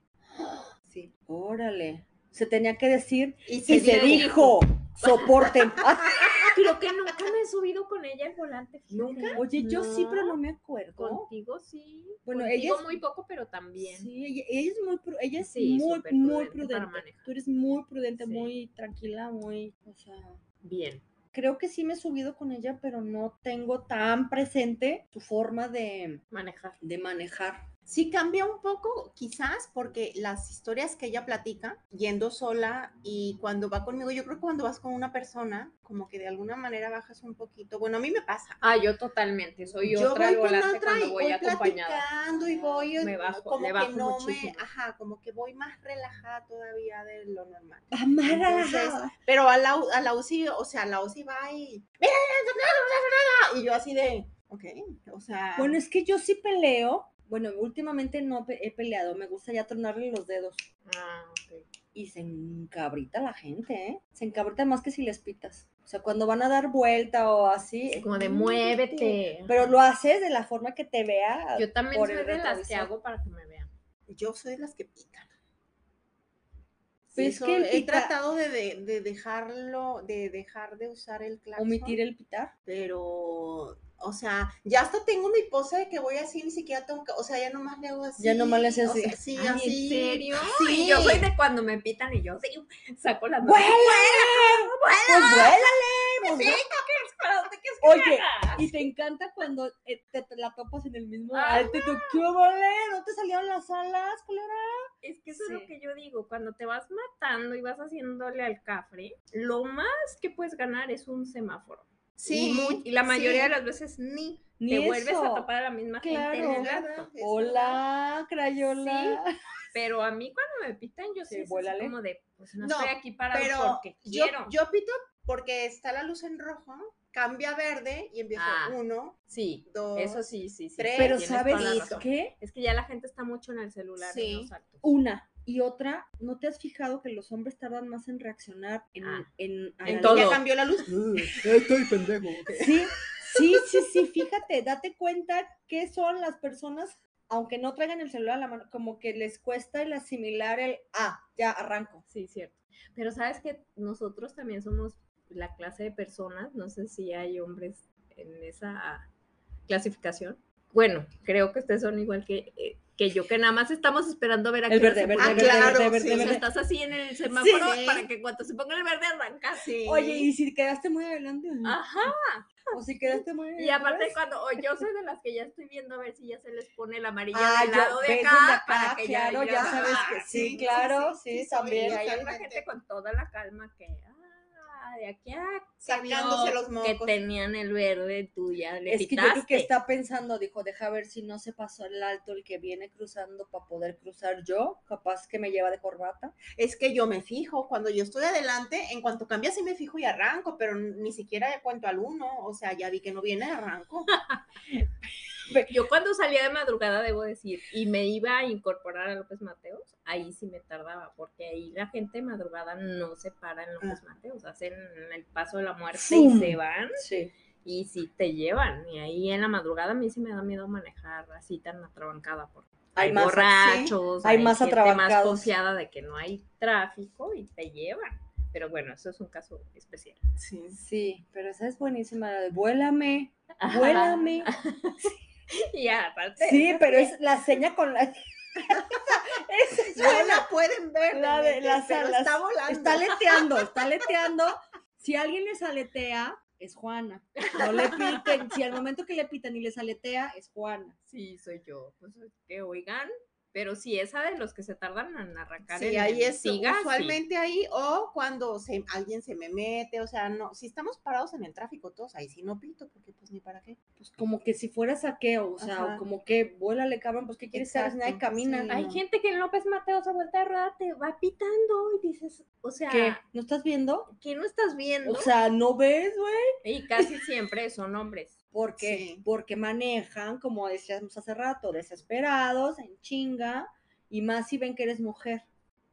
Sí. Órale, se tenía que decir Y y se, se dijo, dijo, soporten. Creo que nunca me he subido con ella al volante. fíjate. ¿Nunca? Oye, yo sí, pero No. no me acuerdo. Contigo sí. Bueno, ella Contigo es- muy poco, pero también. Sí, ella, ella es muy, pru- ella es Sí, muy, súper muy prudente para prudente. manejar. Tú eres muy prudente, Sí. muy tranquila, muy, o sea, Bien. creo que sí me he subido con ella, pero no tengo tan presente su forma de, Manejar. de manejar. Sí cambia un poco, quizás, porque las historias que ella platica, yendo sola y cuando va conmigo, yo creo que cuando vas con una persona, como que de alguna manera bajas un poquito. Bueno, a mí me pasa. Ah, yo totalmente. Soy yo otra voy al con otra volante y cuando voy, voy acompañada. platicando y voy Me eh, bajo, como le que bajo no muchísimo. me, ajá, como que voy más relajada todavía de lo normal. Amar Entonces, pero a la, a la UCI, o sea, a la UCI va y "Mira, mira, mira, mira, mira", y yo así de, ok, o sea, Bueno, es que yo sí peleo. Bueno, últimamente no pe- he peleado, me gusta ya tronarle los dedos. Ah, ok. Y se encabrita la gente, ¿eh? Se encabrita más que si les pitas. O sea, cuando van a dar vuelta o así. Como de "Ay, muévete. Pero lo haces de la forma que te vea. Yo también por soy el de las que retrovisor. hago para que me vean. yo soy de las que pican. Pero es Eso, que el he pica- tratado de, de- de dejarlo, de dejar de usar el claxon, Omitir el pitar. pero, o sea, ya hasta tengo mi pose de que voy así, ni siquiera tengo que, o sea, ya nomás le hago así. Ya nomás le haces o sea, así. sí, Ay, así. ¿En serio? Sí. Yo soy de cuando me pitan y yo sí, saco la mano. ¡Vuélale! ¡Pues vuélale! pues Sí, vuélale. ¿Para dónde quieres Oye, me haga? y te encanta cuando eh, te, te la topas en el mismo Ajá. alto y tú, ¿qué vale? ¿No te salieron las alas, culera? Es que eso es Sí. lo que yo digo, cuando te vas matando y vas haciéndole al cafre, lo más que puedes ganar es un semáforo. Sí, Y, mu- y la mayoría de sí, las veces ni, Ni te vuelves eso. a topar a la misma gente Claro. en el es acto. verdad, es verdad. Hola, crayola. Pero a mí cuando me pitan, yo Sí, sí, es así vuélale. como de, pues no, No, estoy aquí para Pero porque yo, quiero. yo pito porque está la luz en rojo, cambia a verde y empiezo Ah. uno, sí, dos. eso sí, sí, sí. tres, Pero tienes ¿sabes toda la razón. qué? Es que ya la gente está mucho en el celular. Sí. en los actos. Una y otra, ¿no te has fijado que los hombres tardan más en reaccionar en, Ah. en, a En la todo. Ya cambió la luz. Estoy pendejo. Sí, sí, sí, sí, fíjate, date cuenta qué son las personas aunque no traigan el celular a la mano, como que les cuesta el asimilar el, ah, ya arranco. Sí, cierto. Pero sabes que nosotros también somos la clase de personas, no sé si hay hombres en esa clasificación. Bueno, creo que ustedes son igual que, eh, que yo, que nada más estamos esperando a ver a El qué hora verde, se verde, pone. verde, verde, sí, verde, o sea, verde. estás así en el semáforo sí. para que cuando se ponga el verde arrancas. Sí. Oye, y si quedaste muy adelante, Ajá, o si quedaste muy Ah. y aparte atrás. cuando, o yo soy de las que ya estoy viendo a ver si ya se les pone el amarillo Ah, del yo, lado de ves acá, desde acá, para que claro, ya, ya sabes ah, que sí, sí, sí, claro, sí, sí, sí, Y soy también. yo. hay otra Totalmente. gente con toda la calma que, ah, de aquí a que vio Sacándose los que mocos. tenían el verde, tú ya le pues Es que yo creo que quitaste. está pensando, dijo, deja ver si no se pasó el alto el que viene cruzando para poder cruzar yo, capaz que me lleva de corbata. Ah, Es que yo me fijo, cuando yo estoy adelante, en cuanto cambia sí me fijo y arranco, pero ni siquiera de cuanto al uno, o sea, ya vi que no viene, arranco. Yo cuando salía de madrugada, debo decir, y me iba a incorporar a López Mateos, ahí sí me tardaba, porque ahí la gente de madrugada no se para en López Mateos, hacen el paso de la muerte ¡Fum! y se van, Ah. Sí. y sí te llevan. Y ahí en la madrugada a mí sí me da miedo manejar así tan atrabancada, porque hay, Hay más. borrachos, sí, hay más gente más atrabancados. confiada de que no hay tráfico y te llevan. Pero bueno, eso es un caso especial. Sí. Sí, pero esa es buenísima, la de vuélame, vuélame. Y aparte, Sí, esa pero es la seña con la... Esa No es la- la pueden ver, La de realmente, las pero alas. está volando. Está aleteando, está aleteando. Si alguien les aletea, es Juana. No le piquen. Si al momento que le pitan y les aletea, es Juana. Sí, soy yo. Pues que oigan, pero si esa de los que se tardan en arrancar Sí, el ahí es siga, sí. usualmente ahí, o cuando se- alguien se me mete, o sea, no, si estamos parados en el tráfico todos, ahí sí no pito, porque pues ni para qué. Pues como que si fuera saqueo, o sea, o Ajá. como que vuélale, cabrón, pues ¿qué quieres hacer? Exacto, Nadie camina. sí. Hay no. gente que en López Mateos a vuelta de rueda te va pitando y dices, o sea, ¿Qué? que ¿No estás viendo? no estás viendo? O sea, ¿no ves, güey? y casi siempre son hombres. Porque, Sí. porque manejan, como decíamos hace rato, desesperados, en chinga, y más si ven que eres mujer.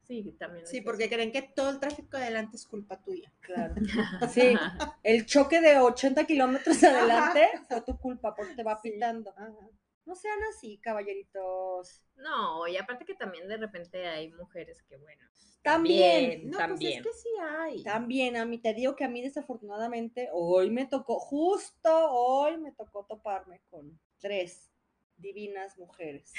Sí, también. Sí, es porque eso. creen que todo el tráfico adelante es culpa tuya. Claro. Sí, el choque de 80 kilómetros adelante fue tu culpa, porque te va Sí. pitando. No sean así, caballeritos. No, y aparte que también de repente hay mujeres que, bueno, También, Bien, No, también. pues es que sí hay. también a mí, te digo que a mí desafortunadamente hoy me tocó, justo hoy me tocó toparme con tres divinas mujeres.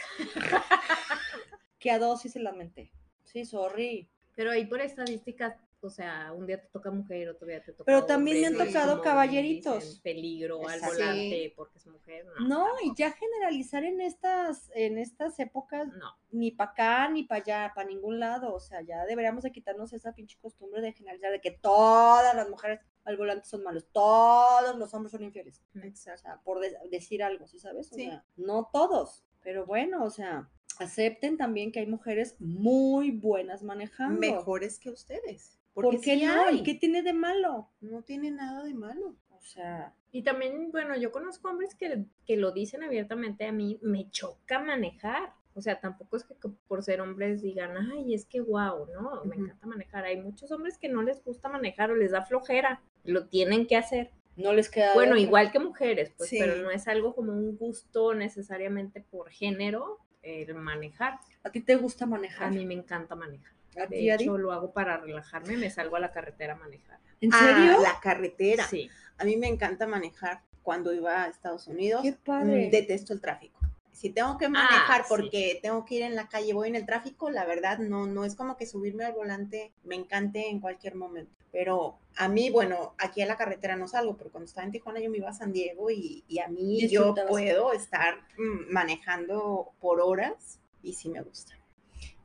que a dos sí se lamenté. Sí, sorry. pero ahí por estadísticas, o sea, un día te toca mujer, otro día te toca Pero también me han hombre, no es tocado como caballeritos. dicen, peligro al Exacto. volante porque es mujer. No, No, y tampoco. ya generalizar en estas, en estas épocas No. ni para acá, ni para allá, para ningún lado. O sea, ya deberíamos de quitarnos esa pinche costumbre de generalizar de que todas las mujeres al volante son malos, todos los hombres son infieles. O Exacto. sea, por de- decir algo, ¿sí sabes? O Sí. sea, no todos, pero bueno, o sea, acepten también que hay mujeres muy buenas manejando. Mejores que ustedes. Porque ¿Por qué sí no? ¿Y hay. qué tiene de malo? No tiene nada de malo. O sea, Y también, bueno, yo conozco hombres que, que lo dicen abiertamente a mí, me choca manejar. O sea, tampoco es que co- por ser hombres digan, ay, es que wow, no, me Ujú. encanta manejar. Hay muchos hombres que no les gusta manejar o les da flojera, lo tienen que hacer. no les queda. de Bueno, otra. igual que mujeres, pues, Sí. pero no es algo como un gusto necesariamente por género el manejar. ¿A ti te gusta A manejar? mí me encanta manejar. ¿A ti, De Ari? hecho, lo hago para relajarme, me salgo a la carretera a manejar. ¿En Ah, serio? la carretera. Sí. A mí me encanta manejar cuando iba a Estados Unidos. Qué padre. mm, Detesto el tráfico. Si tengo Ah, que manejar sí. porque tengo que ir en la calle, voy en el tráfico, la verdad no, no es como que subirme al volante me encante en cualquier momento. Pero a mí, bueno, aquí a la carretera no salgo, pero cuando estaba en Tijuana yo me iba a San Diego y, y a mí yo Disfrutabas. puedo estar mm, manejando por horas y sí me gusta.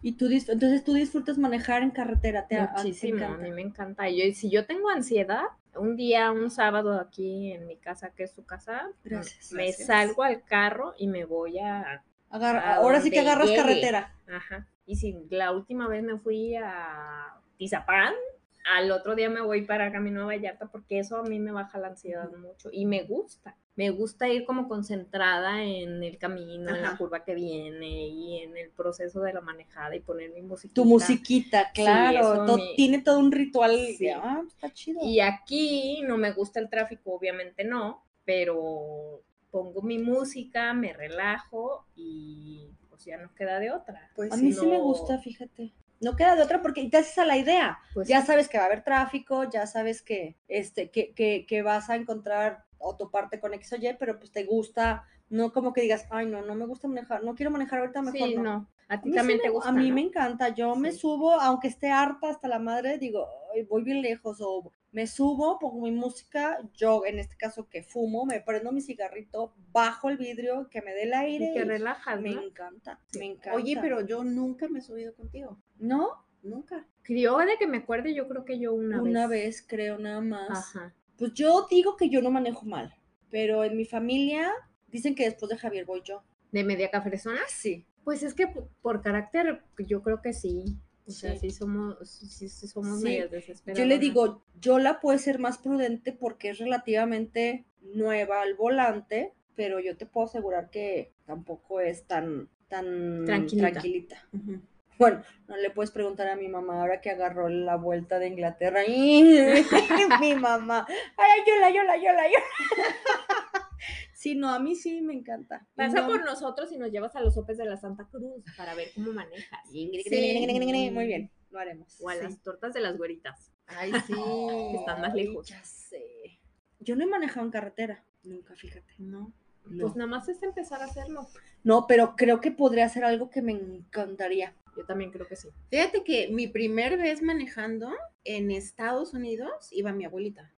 Y tú dis- entonces tú disfrutas manejar en carretera, te, a- Muchísimo, te a encanta. mí me encanta. Yo, si yo tengo ansiedad, un día, un sábado aquí en mi casa, que es su casa, Gracias. me Gracias. salgo al carro y me voy a... Agarra- A ahora sí que Ah, donde agarras llegue. carretera. Ajá. Y si la última vez me fui a Tizapán, al otro día me voy para Camino a Vallarta porque eso a mí me baja la ansiedad mucho y me gusta. Me gusta ir como concentrada en el camino, en la Ajá. curva que viene y en el proceso de la manejada y poner mi música. Tu musiquita, claro. eso to- me- Tiene todo un ritual. de, Sí. ah, está chido. Y aquí no me gusta el tráfico, obviamente no, pero pongo mi música, me relajo y pues ya no queda de otra. Pues A mí sí me no- gusta, fíjate. No queda de otra porque te haces a la idea. Pues ya sí. sabes que va a haber tráfico, ya sabes que, este, que, que, que vas a encontrar o toparte con X o Y, pero pues te gusta, no como que digas, ay, no, no me gusta manejar, no quiero manejar ahorita, mejor Sí, no. no. A A mí ti sí también me- te gusta. A mí ¿no? me encanta, yo me Sí. subo, aunque esté harta hasta la madre, digo, "Ay, voy bien lejos, o me subo, pongo mi música, yo en este caso que fumo, me prendo mi cigarrito, bajo el vidrio, que me dé el aire. Y te y relajas, me ¿no? encanta, me encanta. Oye, pero yo nunca me he subido contigo. ¿No? Nunca. Yo de que me acuerde, yo creo que yo una, Una, vez. vez. creo, nada más. Ajá. Pues yo digo que yo no manejo mal, pero en mi familia dicen que después de Javier voy yo. ¿De media cafresona? Sí. Pues es que p- por carácter, yo creo que sí. O sea, Sí. sí somos, sí, sí somos Sí, medias desesperadas. Yo le digo, yo la puede ser más prudente porque es relativamente nueva al volante, pero yo te puedo asegurar que tampoco es tan, tan Tranquilita. tranquilita. Bueno, no le puedes preguntar a mi mamá ahora que agarró la vuelta de Inglaterra. mi mamá. Ay, yo la, yo la, yo la, yo. Sí, no, a mí sí me encanta. Y Pasa no- por nosotros y nos llevas a los sopes de la Santa Cruz para ver cómo manejas. Sí. Muy bien, lo haremos. O a sí. las tortas de las güeritas. Ay, sí. Están más Ay, lejos. Ya sé. Yo no he manejado en carretera, nunca, fíjate. No. No. Pues nada más es empezar a hacerlo. No, pero creo que podría ser algo que me encantaría. Yo también creo que sí. Fíjate que mi primer vez manejando en Estados Unidos iba mi abuelita.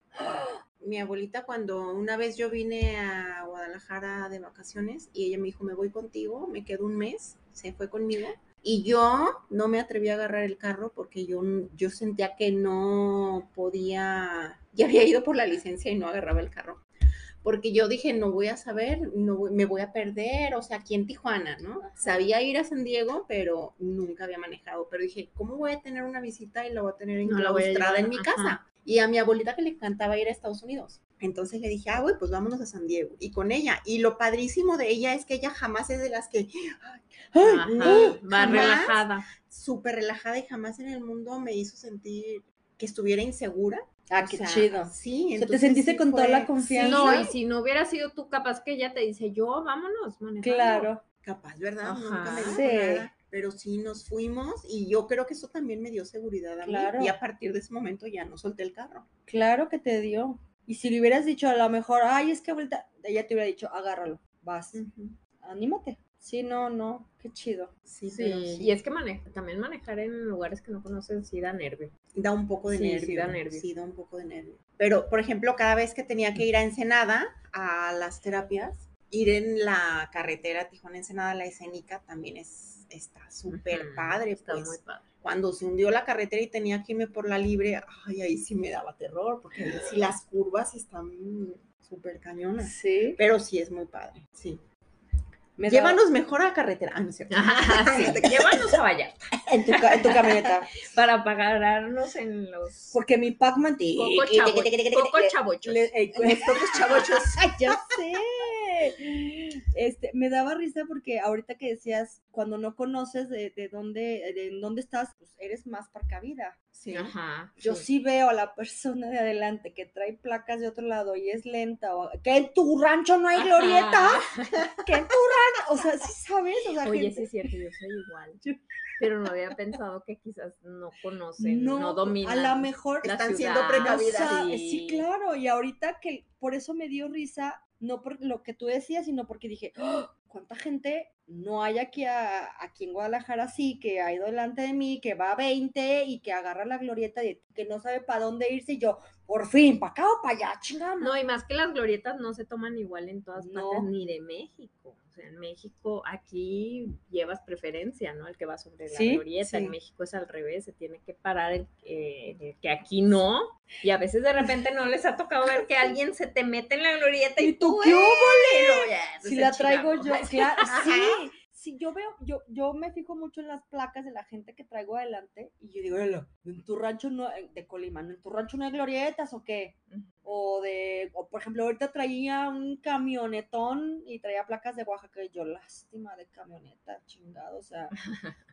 Mi abuelita cuando una vez yo vine a Guadalajara de vacaciones y ella me dijo, me voy contigo, me quedo un mes, se fue conmigo. Y yo no me atreví a agarrar el carro porque yo, n- yo sentía que no podía, ya había ido por la licencia y no agarraba el carro. Porque yo dije, no voy a saber, no voy- me voy a perder, o sea, aquí en Tijuana, ¿no? Ajá. Sabía ir a San Diego, pero nunca había manejado. Pero dije, ¿cómo voy a tener una visita y la voy a tener No la voy a enclaustrada en llevar, mi ajá. casa? Y a mi abuelita que le encantaba ir a Estados Unidos. Entonces le dije, ah, güey, pues vámonos a San Diego. Y con ella. Y lo padrísimo de ella es que ella jamás es de las que, ¡Ay! Ajá, ¡Oh! Va jamás. relajada. súper relajada y jamás en el mundo me hizo sentir que estuviera insegura. Ah, O qué sea, chido. Sí, sea, te entonces sentiste sí con toda la sí, confianza. No, y si no hubiera sido tú, capaz que ella te dice, yo, vámonos, manejando. Claro. capaz, ¿verdad? Ajá. Nunca me dijo Sí. nada, pero sí nos fuimos y yo creo que eso también me dio seguridad a mí, Claro. y a partir de ese momento ya no solté el carro. Claro que te dio. Y si le hubieras dicho a lo mejor, ay, es que vuelta, ella te hubiera dicho, agárralo, vas, Mm. anímate. Sí, no, no, qué chido. Sí, Sí, pero y sí, es que maneja, también manejar en lugares que no conoces sí da nervio. da un poco de Sí, sí, nervio. da nervio. Sí, da un poco de nervio. Pero, por ejemplo, cada vez que tenía que ir a Ensenada a las terapias, ir en la carretera Tijuana-Ensenada, la escénica, también es, está súper Ujú, padre, Está pues. muy padre. cuando se hundió la carretera y tenía que irme por la libre, ay, ahí sí me daba terror, porque ahí sí las curvas están súper cañonas. Sí. Pero sí es muy padre, sí. Me daba- Llévanos mejor a la carretera. Ah, no es cierto. Sí, Llévanos a Vallarta en, tu, ca- en tu camioneta. para pararnos en los Porque mi Pac-Man. Coco Chabo- Coco Chabochos. Le- eh, con los pocos chavochos. ya sé. Este, me daba risa porque ahorita que decías, cuando no conoces de, de dónde, de en dónde estás, pues eres más parcavida. Sí. Ajá. Yo sí. veo a la persona de adelante que trae placas de otro lado y es lenta, o que en tu rancho no hay Ajá. glorieta, que en tu rancho, o sea, sí sabes, o sea, Oye, gente- sí es cierto, yo soy igual. Yo- Pero no había pensado que quizás no conocen, no, no, dominan. a lo mejor la Están siendo ciudad. No precavidas. sabe- Sí. sí. claro. Y ahorita que por eso me dio risa, no por lo que tú decías, sino porque dije, "¡Ah! ¿cuánta gente no hay aquí, a- aquí en Guadalajara? Sí, que ha ido delante de mí, que va a 20 y que agarra la glorieta de que no sabe para dónde irse. Y yo, por fin, para acá o para allá, chingada. madre". No, y más que las glorietas no se toman igual en todas partes, No. ni de México. O sea, en México, aquí llevas preferencia, ¿no? El que va sobre la Sí, glorieta. sí. En México es al revés, se tiene que parar el, eh, el que aquí no. Y a veces de repente no les ha tocado ver que alguien se te mete en la glorieta y, ¿Y tú tú, qué ¡eh! hubo? Y luego ya, pues, Si se la traigo yo, chingamos. claro, Ajá. sí. Sí, yo veo, yo, yo me fijo mucho en las placas de la gente que traigo adelante y yo digo, "Ela, en tu rancho no, de Colima, ¿no? ¿en tu rancho no hay glorietas o qué? Ujú. O de, o por ejemplo, ahorita traía un camionetón y traía placas de Oaxaca y yo, lástima de camioneta, chingado, o sea,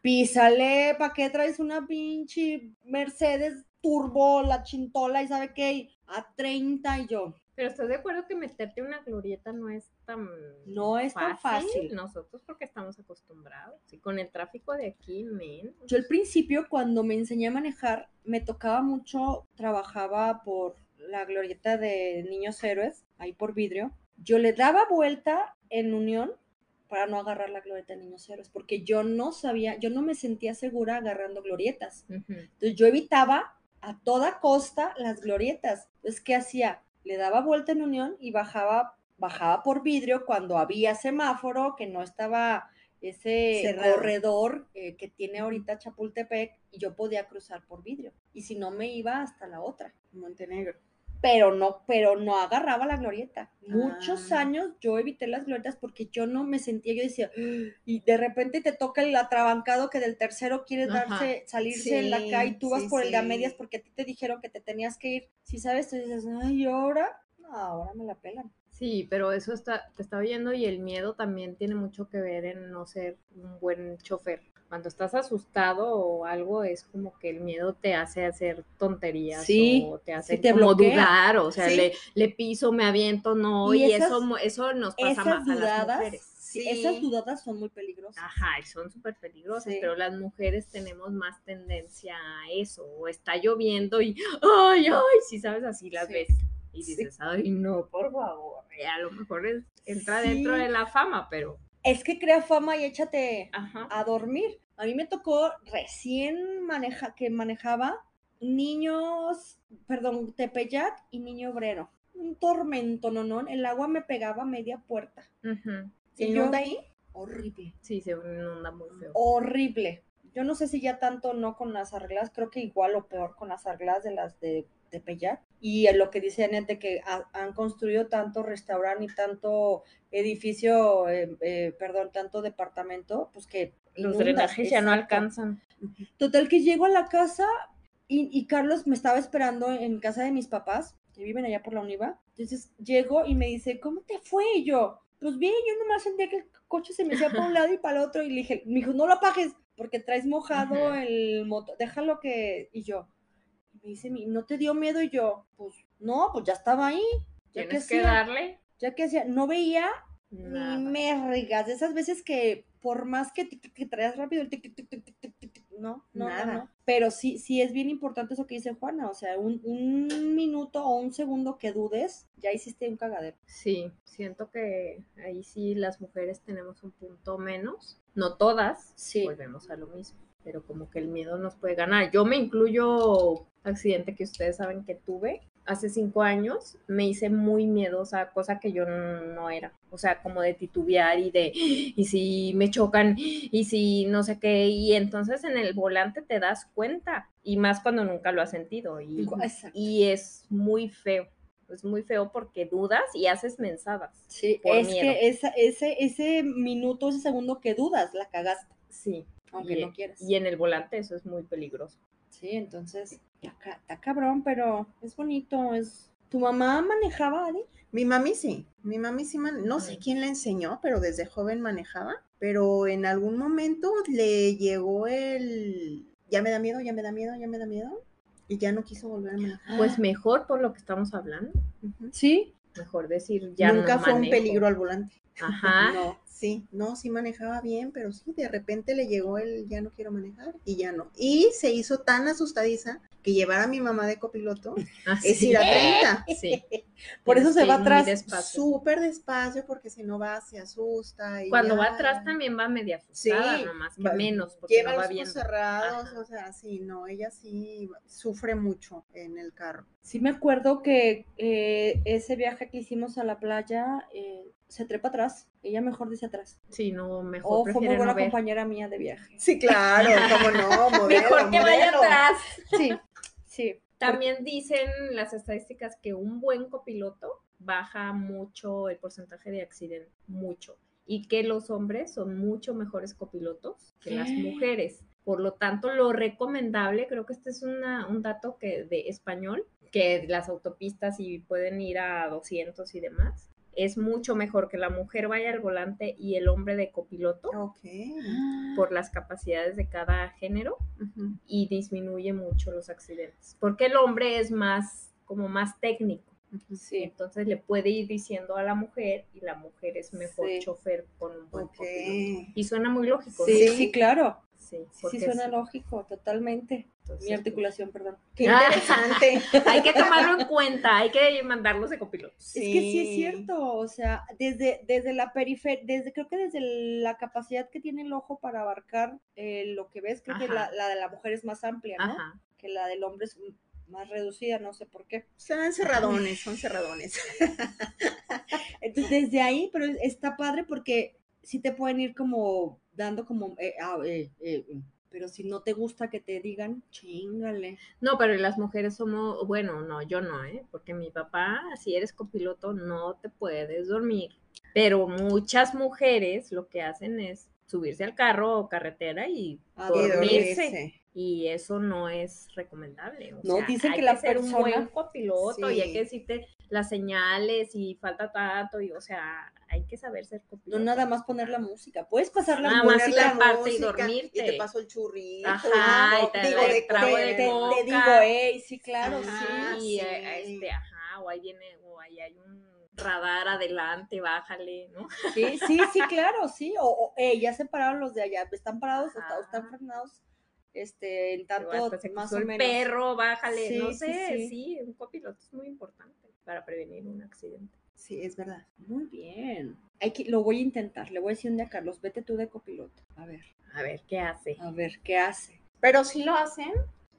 písale, ¿para qué traes una pinche Mercedes turbo, la chintola y sabe qué? Y A 30 y yo, Pero estás de acuerdo que meterte una glorieta no es tan No es tan fácil. Nosotros porque estamos acostumbrados. Y con el tráfico de aquí, men. Yo al principio, cuando me enseñé a manejar, me tocaba mucho, trabajaba por la glorieta de Niños Héroes, ahí por vidrio. Yo le daba vuelta en unión para no agarrar la glorieta de Niños Héroes, porque yo no sabía, yo no me sentía segura agarrando glorietas. Ujú. Entonces yo evitaba a toda costa las glorietas. Entonces, ¿qué hacía? Le daba vuelta en unión y bajaba, bajaba por vidrio cuando había semáforo, que no estaba ese Cerrado. corredor eh, que tiene ahorita Chapultepec, y yo podía cruzar por vidrio. Y si no, me iba hasta la otra. Montenegro. Pero no, pero no agarraba la glorieta. Muchos Ah. años yo evité las glorietas porque yo no me sentía, yo decía, "Ugh", y de repente te toca el atrabancado que del tercero quieres Ajá. darse, salirse en la Sí, calle, tú vas sí, por el de a medias sí. porque a ti te dijeron que te tenías que ir. Si sabes, tú dices, ay, ¿y ahora, No, ahora me la pelan. Sí, pero eso está, te está oyendo y el miedo también tiene mucho que ver en no ser un buen chofer. Cuando estás asustado o algo, es como que el miedo te hace hacer tonterías Sí, o te hace te como bloquea. dudar, o sea, Sí. le, le piso, me aviento, no, Y y, esas- eso, mo- eso nos pasa Esas más a las dudadas, mujeres. sí, Ah. esas Sí. dudadas son muy peligrosas. Ajá, y son súper peligrosas, Sí. pero las mujeres tenemos más tendencia a eso. O está lloviendo y, ay, ay, si sabes, así las Sí. ves. Y Sí. dices, ay, no, por favor. Y a lo mejor es- entra Sí. dentro de la fama, pero. Es que crea fama y échate Ajá. a dormir. A mí me tocó recién maneja, que manejaba niños, perdón, Tepeyac y niño obrero. Un tormento, no, El agua me pegaba a media puerta. Ujú. ¿Se Y yo- inunda ahí? Horrible. Sí, se inunda muy feo. Horrible. Yo no sé si ya tanto no con las arreglas, creo que igual o peor con las arreglas de las de Tepeyac. Y en lo que dice Anet de que ha- han construido tanto restaurante y tanto edificio, eh, eh, perdón, tanto departamento, pues que Los inunda, drenajes ya no exacto. alcanzan. Total que llego a la casa y, y Carlos me estaba esperando en casa de mis papás, que viven allá por la Univa. Entonces llego y me dice, ¿cómo te fue? Y yo, pues bien, yo nomás sentía que el coche se me hacía para un lado y para el otro. Y le dije, me dijo, no lo apagues porque traes mojado Ujú. el motor, déjalo que... Y yo, y me dice, "Mi- ¿no te dio miedo? Y yo, pues no, pues ya estaba ahí. Ya que, Tienes que hacía? darle. ya que hacía, no veía Nada. ni mergas, de esas veces que por más que, tic, tic, que traías rápido el tic, tic, tic, tic, tic, tic, tic, tic, no, no, no, Nada. no. Pero sí, sí es bien importante eso que dice Juana, o sea, un, un minuto o un segundo que dudes, ya hiciste un cagadero. Sí, siento que ahí sí las mujeres tenemos un punto menos. No todas, Sí. volvemos a lo mismo, pero como que el miedo nos puede ganar. Yo me incluyo accidente que ustedes saben que tuve hace cinco años, me hice muy miedosa, cosa que yo no era, o sea, como de titubear y de, y si me chocan, y si no sé qué, y entonces en el volante te das cuenta, y más cuando nunca lo has sentido, y, Ujú. Exacto. y es muy feo. Es muy feo porque dudas y haces mensadas. Sí, por es miedo. que esa- ese, ese minuto, ese segundo que dudas, la cagaste, Sí. aunque y, e no quieras. y en el volante eso es muy peligroso. Sí, entonces, está ca- está cabrón, pero es bonito, es... ¿Tu mamá manejaba, Adi? Mi mami sí, mi mami sí, man- no sé Ujú. quién la enseñó, pero desde joven manejaba, pero en algún momento le llegó el, ya me da miedo, ya me da miedo, ya me da miedo, y ya no quiso volver a manejar. Pues Ah. mejor por lo que estamos hablando. Ujú. Sí. Mejor decir ya Nunca no fue un manejo. peligro al volante. Ajá. No. Sí, no, sí manejaba bien, pero sí, de repente le llegó el ya no quiero manejar y ya no. Y se hizo tan asustadiza que llevar a mi mamá de copiloto Así. es ir a 30. Sí. Por eso Tienes se que va ir Este, muy atrás. despacio. Súper despacio porque si no va, se asusta. Y Cuando ya. va atrás también va media asustada, Sí, nomás que va- menos, porque Lleva no va los viendo. ojos cerrados, Ajá. o sea, sí, no, ella sí sufre mucho en el carro. Sí me acuerdo que eh, ese viaje que hicimos a la playa eh, se trepa atrás. Ella mejor dice atrás. Sí, no, mejor O fue muy prefiere buena no ver. compañera mía de viaje. Sí, claro, cómo no, modelo, Mejor que vaya modelo. atrás. Sí, sí. También dicen las estadísticas que un buen copiloto baja mucho el porcentaje de accidente, mucho. Y que los hombres son mucho mejores copilotos que las ¿Qué? mujeres. Por lo tanto, lo recomendable, creo que este es una- un dato que de español, que las autopistas y pueden ir a 200 y demás, es mucho mejor que la mujer vaya al volante y el hombre de copiloto Ok. por las capacidades de cada género ujú. y disminuye mucho los accidentes. Porque el hombre es más, como más técnico. Sí. Entonces le puede ir diciendo a la mujer y la mujer es mejor Sí. chofer con un buen Ok. copiloto. Y suena muy lógico. Sí, ¿no? sí, claro. sí, Sí, porque sí, suena es- lógico, totalmente. entonces, Mi articulación, perdón. Qué Ah. interesante. Hay que tomarlo en cuenta, hay que mandarlos de copilotos. Es que sí es cierto, o sea, desde, desde la periferia, desde, creo que desde la capacidad que tiene el ojo para abarcar eh, lo que ves, creo que la, Ajá. la de la mujer es más amplia, ¿no? Ajá. Que la del hombre es m- más reducida, no sé por qué. Son cerradones, son cerradones. Entonces, desde ahí, pero está padre porque sí te pueden ir como dando como, eh, ah, eh, eh, eh, pero si no te gusta que te digan, chingale. No, pero las mujeres somos, bueno, no, yo no, ¿eh? Porque mi papá, si eres copiloto, no te puedes dormir. Pero muchas mujeres lo que hacen es subirse al carro o carretera y Y A dormirse. dormirse. y eso no es recomendable. o No, sea, dicen hay que la ser un buen persona- copiloto y hay Sí. que decirte las señales y falta tanto y o sea, hay que saber ser copiloto. No nada más poner la música, puedes pasar la Nada música. más Poner ir la aparte y música, dormirte. Y te paso el churrito. Ajá, y te digo, da el de trago de te, te- comer. te digo, coca. hey, sí, claro, Ajá, sí. sí. sí, eh, este, ajá, o ahí viene, o ahí hay un radar adelante, bájale, ¿no? Sí, sí, sí, claro, sí. O, o, "Ey, ya se pararon los de allá, están parados, o está- o están Ajá. frenados, este, en O tanto, Ah. hasta se más cruzó o el menos. perro, bájale, Sí, no sí, sé, sí. sí. un copiloto es muy importante para prevenir un accidente. Sí, es verdad. Muy bien. Hay que, lo voy a intentar, le voy a decir un día a Carlos, vete tú de copiloto. A ver, A ver, ¿qué hace? a ver, ¿qué hace? Pero sí lo hacen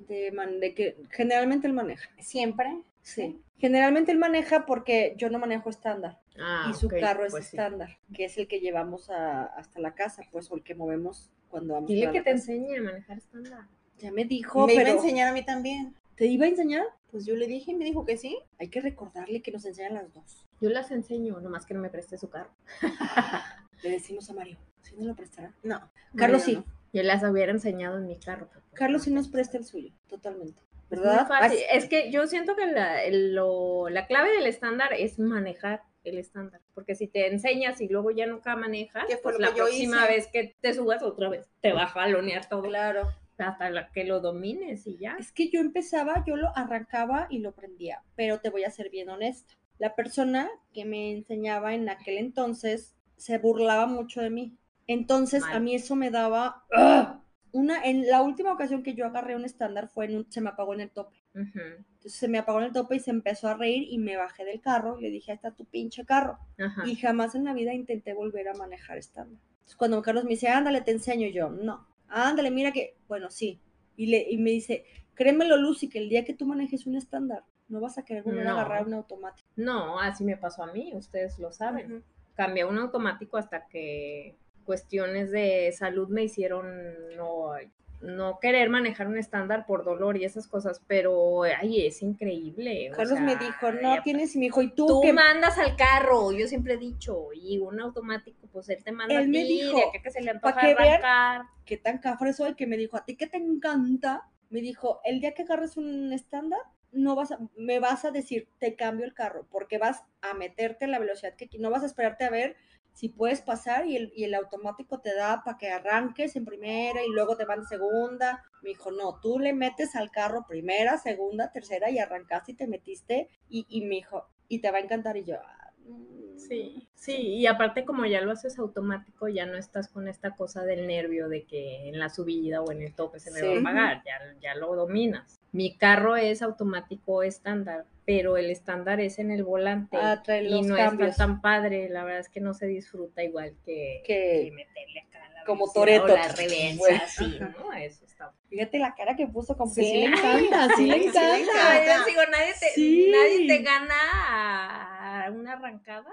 De, man- de que generalmente él maneja. siempre. Sí. Generalmente él maneja porque yo no manejo estándar. Ah, y su ok, carro es pues sí. estándar, que es el que llevamos a- hasta la casa, pues, o el que movemos cuando vamos Dile para que la te casa. enseñe a manejar estándar. Ya me dijo, me pero... iba a enseñar a mí también. ¿Te iba a enseñar? Pues yo le dije y me dijo que sí. Hay que recordarle que nos enseñan las dos. Yo las enseño, nomás que no me preste su carro. Le decimos a Mario, si no lo prestará? No. yo Carlos sí, no. Yo las hubiera enseñado en mi carro. pero pues Carlos no. sí nos presta el suyo, totalmente. Es muy ¿Verdad? fácil. Así- Es que yo siento que la, el- lo- la clave del estándar es manejar el estándar, porque si te enseñas y luego ya nunca manejas, ¿Qué fue pues lo la que yo próxima hice? vez que te subas otra vez te va a jalonear todo Claro. hasta la que lo domines y ya. Es que yo empezaba, yo lo arrancaba y lo prendía, pero te voy a ser bien honesta. La persona que me enseñaba en aquel entonces se burlaba mucho de mí. Entonces a Mal. mí eso me daba ¡ah! una en la última ocasión que yo agarré un estándar fue en un se me apagó en el tope. Ujú, Entonces se me apagó en el tope y se empezó a reír y me bajé del carro y le dije, "Ahí está tu pinche carro." ajá. Y jamás en la vida intenté volver a manejar estándar. Entonces, cuando Carlos me dice, ándale, te enseño y yo, no, ándale, mira que, bueno, sí. Y, le, y me dice, créemelo, Lucy, que el día que tú manejes un estándar, no vas a querer volver a No. agarrar un automático. No, así me pasó a mí, ustedes lo saben. Ujú. cambié a un automático hasta que cuestiones de salud me hicieron no, no querer manejar un estándar por dolor y esas cosas, pero ay, es increíble. o Carlos me sea, dijo, no ya- pues, tienes, y me dijo, ¿y tú, Tú qué? mandas al carro, yo siempre he dicho, y un automático, pues él te manda Él a me ti, dijo, de acá que se le antoja que vean- arrancar. qué tan cafre soy? Que me dijo, ¿a ti qué te encanta? Me dijo, el día que agarres un estándar, no vas a, me vas a decir, te cambio el carro, porque vas a meterte a la velocidad que qui- no vas a esperarte a ver si puedes pasar y el, y el automático te da para que arranques en primera y luego te van en segunda. Me dijo, no, tú le metes al carro primera, segunda, tercera y arrancaste y te metiste y, y me dijo, y te va a encantar y yo. "Ah, mm, Sí, sí, y aparte como ya lo haces automático, ya no estás con esta cosa del nervio de que en la subida o en el tope se me va Sí. a pagar, ya, ya lo dominas. Mi carro es automático estándar, pero el estándar es en el volante Ah, trae y los no cambios. está tan padre, la verdad es que no se disfruta igual que, Que- que meterle acá la como Toretto. velocidad o la reversa, Bueno. sí, ¿no? Eso está. Fíjate la cara que puso, como que Sí. sí le encanta, sí le Sí, sí le encanta. encanta. Yo digo, nadie te, Sí. nadie te gana a una arrancada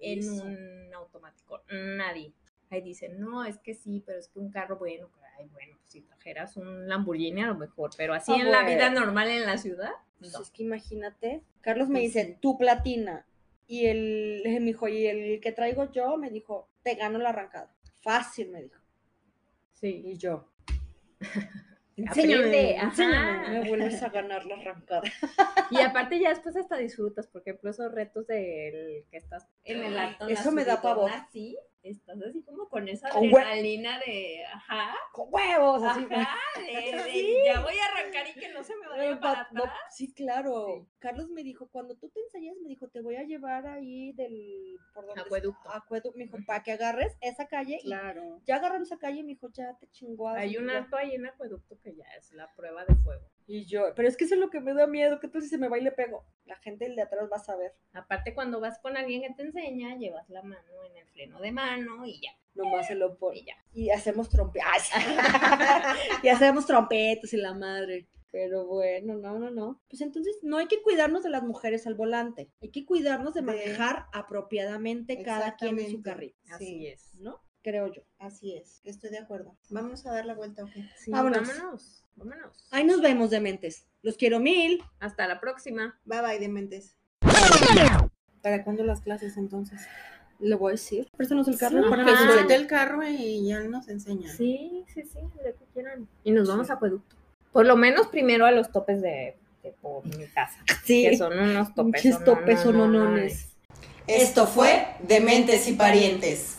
en un automático. Nadie. Ahí dicen, no, es que sí, pero es que un carro bueno, ay, bueno, pues si trajeras un Lamborghini a lo mejor, pero así Ah, en la vida bueno. normal en la ciudad. Pues no. es que imagínate. Carlos me Pues dice, tu platina. Y él me dijo, y el que traigo yo me dijo, te gano la arrancada. Fácil, me dijo. Sí. Y yo. Aprende, Enséñame, ajá. enséñame, me vuelves a ganar la arrancada. Y aparte ya después hasta disfrutas, por ejemplo, esos retos del que estás en el alto. en la Eso me da subidona, pavor. Sí, estás así como con esa Con hue- adrenalina de, ajá, Con huevos, así. ajá, de, de, Sí. ya voy a arrancar y que no se me vaya Pero para pa- no, atrás. sí, claro. Carlos me dijo, cuando tú te ensayas, me dijo, te voy a llevar ahí del por donde Acueducto. acueducto, me dijo, para que agarres esa calle. Claro. Y ya agarraron esa calle y me dijo, ya te chingó. Hay un alto ahí en acueducto que ya es la prueba de fuego. Y yo, pero es que eso es lo que me da miedo, que tú si se me va y le pego. La gente del de atrás va a saber. Aparte, cuando vas con alguien que te enseña, llevas la mano en el freno de mano y ya, Nomás se lo pone. y ya. Y hacemos trompetas. y hacemos trompetas y la madre. Pero bueno, no, no, no. Pues entonces no hay que cuidarnos de las mujeres al volante. Hay que cuidarnos de De- manejar apropiadamente cada quien en su Exactamente. carril. Sí. Así es. ¿No? Creo yo. Así es, estoy de acuerdo. Vamos a dar la vuelta, ok. Sí, Vámonos. vámonos. Vámonos. Ahí nos vemos, dementes. Los quiero mil. Hasta la próxima. Bye bye, dementes. ¿Para cuándo las clases entonces? Le voy a decir. Préstanos el carro para Que nos enseñe. suelte el carro y ya nos enseñan. Sí, sí, sí, lo que quieran. Y nos vamos a acueducto. Por lo menos primero a los topes de, de por mi casa, que Sí. son unos topes. Pinches topes sonononones. sononones. Esto fue Dementes y Parientes.